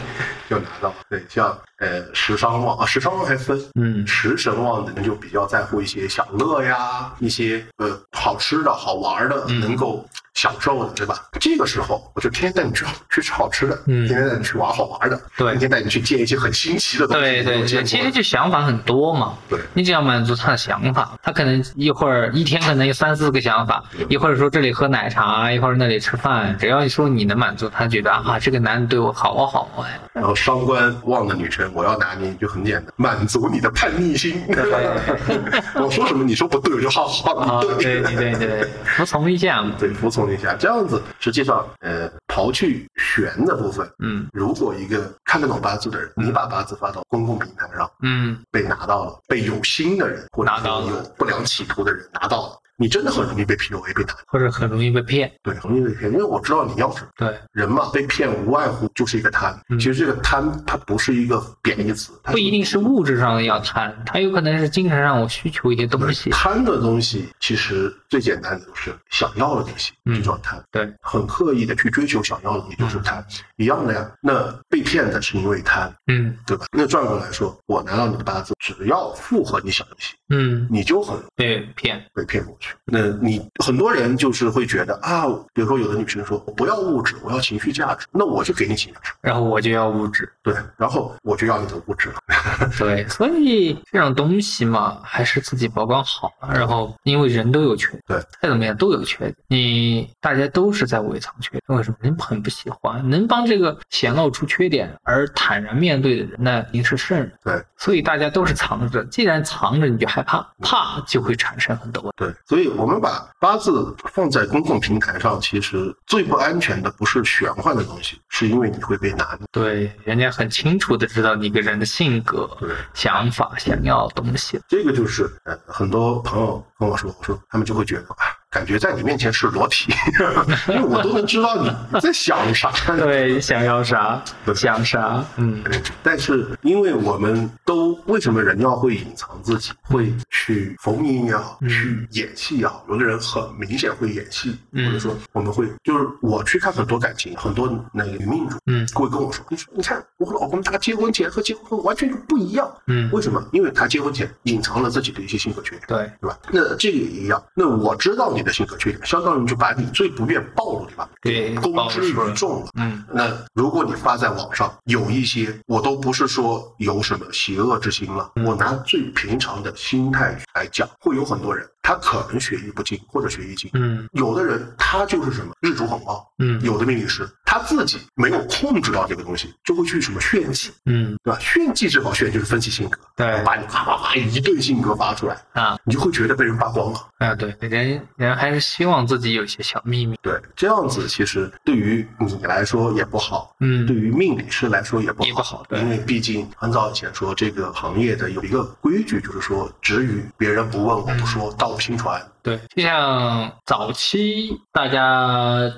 Speaker 1: 就拿到了。对，像呃时尚旺啊，时尚旺还分，
Speaker 2: 嗯
Speaker 1: 食神旺的人就比较在乎一些享乐呀，一些呃好吃的好玩的，
Speaker 2: 嗯
Speaker 1: 能够享受的，对吧？这个时候我就天天带你去去吃好吃的，
Speaker 2: 嗯
Speaker 1: 天天带你去玩好玩的，
Speaker 2: 对
Speaker 1: 天天带你去见一些很新奇的东西，
Speaker 2: 对
Speaker 1: 你没
Speaker 2: 对
Speaker 1: 有见
Speaker 2: 对，
Speaker 1: 过
Speaker 2: 其实
Speaker 1: 的
Speaker 2: 就想法很多嘛。
Speaker 1: 对
Speaker 2: 你只要满足他的想法，他可能一会儿一天可能有三四个想法，一会儿说这里喝奶茶，一会儿那里吃饭，只要你说你能满足他，觉得啊这个男的对我好啊好啊，
Speaker 1: 然后伤官旺的女生，我要拿捏就很简单，满足你的叛逆 心。我说什么你说不对，我就好好
Speaker 2: 啊
Speaker 1: 你
Speaker 2: 对对对对，服从一下嘛，
Speaker 1: 对，服从一下，这样子实际上，呃，刨去玄的部分，
Speaker 2: 嗯
Speaker 1: 如果一个看得懂八字的人，你把八字发到公共平台上，
Speaker 2: 嗯，
Speaker 1: 被拿到了，被有心的人或者
Speaker 2: 拿到
Speaker 1: 说
Speaker 2: 了
Speaker 1: 有不良企图的人拿到了，你真的很容易被 PUA 被打，
Speaker 2: 或者很容易被骗，
Speaker 1: 对，很容易被骗，因为我知道你要什么。
Speaker 2: 对，
Speaker 1: 人嘛，被骗无外乎就是一个贪。
Speaker 2: 嗯
Speaker 1: 其实这个贪，它不是一个贬义词，它
Speaker 2: 不一定是物质上的要贪，他有可能是精神上我需求一些东西，
Speaker 1: 贪的东西其实最简单的就是想要的东西，
Speaker 2: 嗯
Speaker 1: 这叫贪。
Speaker 2: 对，嗯
Speaker 1: 很刻意的去追求想要的东西就是贪，一样的呀。那被骗的是因为贪，
Speaker 2: 嗯
Speaker 1: 对吧？那转过来说，我拿到你的八字，只要符合你想要的东西，
Speaker 2: 嗯，
Speaker 1: 你就很
Speaker 2: 被骗，
Speaker 1: 被骗过去。那你很多人就是会觉得啊，比如说有的女生说，我不要物质，我要情绪价值，那我就给你情绪价值，
Speaker 2: 然后我就要物质。
Speaker 1: 对，然后我就要你的物质了。
Speaker 2: 对，所以这种东西嘛，还是自己保管好了。然后，因为人都有缺点，
Speaker 1: 对，
Speaker 2: 再怎么样都有缺点，你大家都是在伪藏缺点。为什么人很不喜欢能帮这个显露出缺点而坦然面对的人？那一定是圣人。
Speaker 1: 对，嗯
Speaker 2: 所以大家都是藏着，既然藏着，你就害怕，怕就会产生很多问题。
Speaker 1: 对，所以我们把八字放在公共平台上，其实最不安全的不是玄幻的东西，是因为你会被拿捏。
Speaker 2: 对，人家很清楚的知道你一个人的性格、想法、想要的东西。
Speaker 1: 这个就是呃，很多朋友跟我说，我说他们就会觉得啊，感觉在你面前是裸体， 因为我都能知道你在想啥。
Speaker 2: 对，想要啥
Speaker 1: 对，
Speaker 2: 想啥，嗯。
Speaker 1: 但是，因为我们都为什么人要会隐藏自己，会去逢迎也好，去演戏也好，有的人很明显会演戏，
Speaker 2: 嗯
Speaker 1: 或者说我们会，就是我去看很多感情，很多那个女命主，
Speaker 2: 嗯
Speaker 1: 会跟我说，你说你看我老公他结婚前和结婚后完全就不一样，
Speaker 2: 嗯
Speaker 1: 为什么？因为他结婚前隐藏了自己的一些性格缺点，
Speaker 2: 对，
Speaker 1: 对吧？那这个也一样。那我知道你的性格缺点，相当于就把你最不愿暴露的地方
Speaker 2: 对
Speaker 1: 公
Speaker 2: 暴
Speaker 1: 之
Speaker 2: 露出来
Speaker 1: 于众了。
Speaker 2: 嗯，
Speaker 1: 那如果你发在网上，有一些我都不是说有什么邪恶之心了，我拿最平常的心态来讲，会有很多人他可能学艺不精或者学艺精，
Speaker 2: 嗯，
Speaker 1: 有的人他就是什么日主谎报，
Speaker 2: 嗯
Speaker 1: 有的命理师他自己没有控制到这个东西，就会去什么炫技，
Speaker 2: 嗯
Speaker 1: 对吧？炫技最好炫就是分析性格，
Speaker 2: 对
Speaker 1: 把你啪啪啪一顿性格发出来，
Speaker 2: 啊，
Speaker 1: 你就会觉得被人扒光了。
Speaker 2: 啊，对，人人还是希望自己有一些小秘密。
Speaker 1: 对，这样子其实对于你来说也不好，
Speaker 2: 嗯
Speaker 1: 对于命理师来说也不好，
Speaker 2: 也不好对
Speaker 1: 因为毕竟很早以前说这个行业的有一个规矩，就是说止语，别人不问我不
Speaker 2: 嗯
Speaker 1: 说，道不心传。
Speaker 2: 对，就像早期大家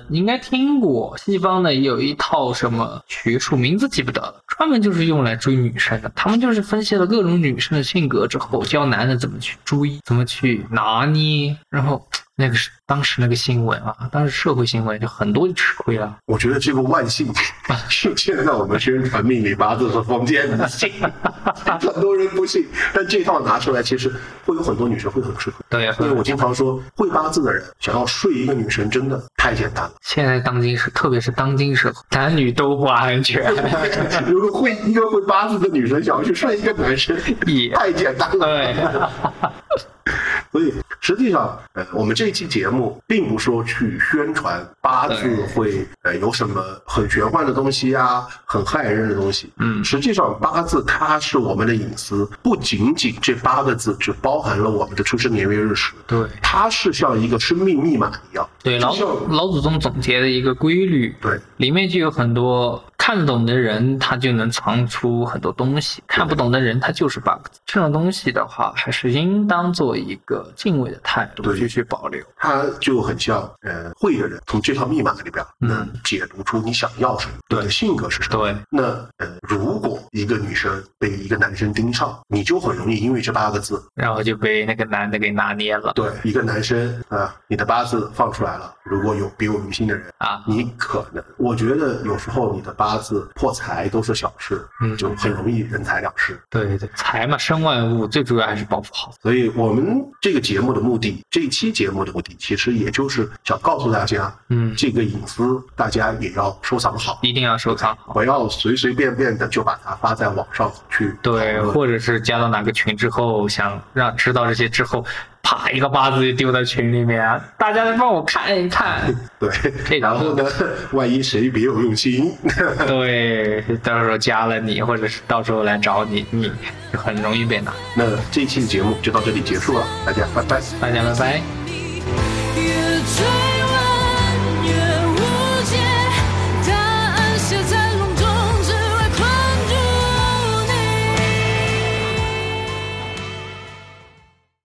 Speaker 2: 应该听过，西方呢有一套什么学术，名字记不得了，专门就是用来追女生的。他们就是分析了各种女生的性格之后，教男的怎么去追，怎么去拿捏。然后那个是当时那个新闻啊，当时社会新闻就很多吃亏了。
Speaker 1: 我觉得这个万幸 是现在我们宣传命理八字和封建 迷信， 很多人不信，但这套拿出来，其实会有很多女生会很吃亏。
Speaker 2: 对，
Speaker 1: 所以我经常说，会八字的人想要睡一个女生真的太简单了。
Speaker 2: 现在当今社，特别是当今社会，男女都不安全。
Speaker 1: 如果会一个会八字的女生想要去睡一个男生，
Speaker 2: 也
Speaker 1: 太简单了。
Speaker 2: 对。
Speaker 1: 所以实际上，呃，我们这一期节目并不说去宣传八字会呃有什么很玄幻的东西啊，很害人的东西。
Speaker 2: 嗯
Speaker 1: 实际上八字它是我们的隐私，不仅仅这八个字只包含了我们的出生年月日时，
Speaker 2: 对
Speaker 1: 它是像一个生命密码一样。
Speaker 2: 对，老
Speaker 1: 就像
Speaker 2: 老祖宗总结的一个规律，
Speaker 1: 对
Speaker 2: 里面就有很多看得懂的人，他就能藏出很多东西；看不懂的人，他就是 bug。这种东西的话，还是应当做一个敬畏的态度
Speaker 1: 对
Speaker 2: 去去保留。
Speaker 1: 它就很像呃会的人从这套密码里边能解读出你想要什么，
Speaker 2: 嗯对
Speaker 1: 你的性格是什么。
Speaker 2: 对，
Speaker 1: 那呃，如果一个女生被一个男生盯上，你就很容易因为这八个字，
Speaker 2: 然后就被那个男的给拿捏了。
Speaker 1: 对一个男生啊、呃你的八字放出来了，如果有别有明星的人
Speaker 2: 啊
Speaker 1: 你可能我觉得有时候你的八字破财都是小事，
Speaker 2: 嗯
Speaker 1: 就很容易人财两失。
Speaker 2: 对对，财嘛，身外物，最主要还是保护好。
Speaker 1: 所以我们这个节目的目的，这一期节目的目的，其实也就是想告诉大家，
Speaker 2: 嗯
Speaker 1: 这个隐私大家也要收藏好，
Speaker 2: 一定要收藏好。
Speaker 1: 不要随随便便的就把它发在网上去
Speaker 2: 对，
Speaker 1: 讨论
Speaker 2: 或者是加到哪个群之后，想让知道这些之后，啪一个八字就丢在群里面，啊大家来帮我看一看。
Speaker 1: 对，
Speaker 2: 这个
Speaker 1: 然后呢，万一谁别有用心，
Speaker 2: 对，到时候加了你，或者是到时候来找你，你就很容易被拿。
Speaker 1: 那这一期节目就到这里结束了，大家拜拜。
Speaker 2: 大家拜拜。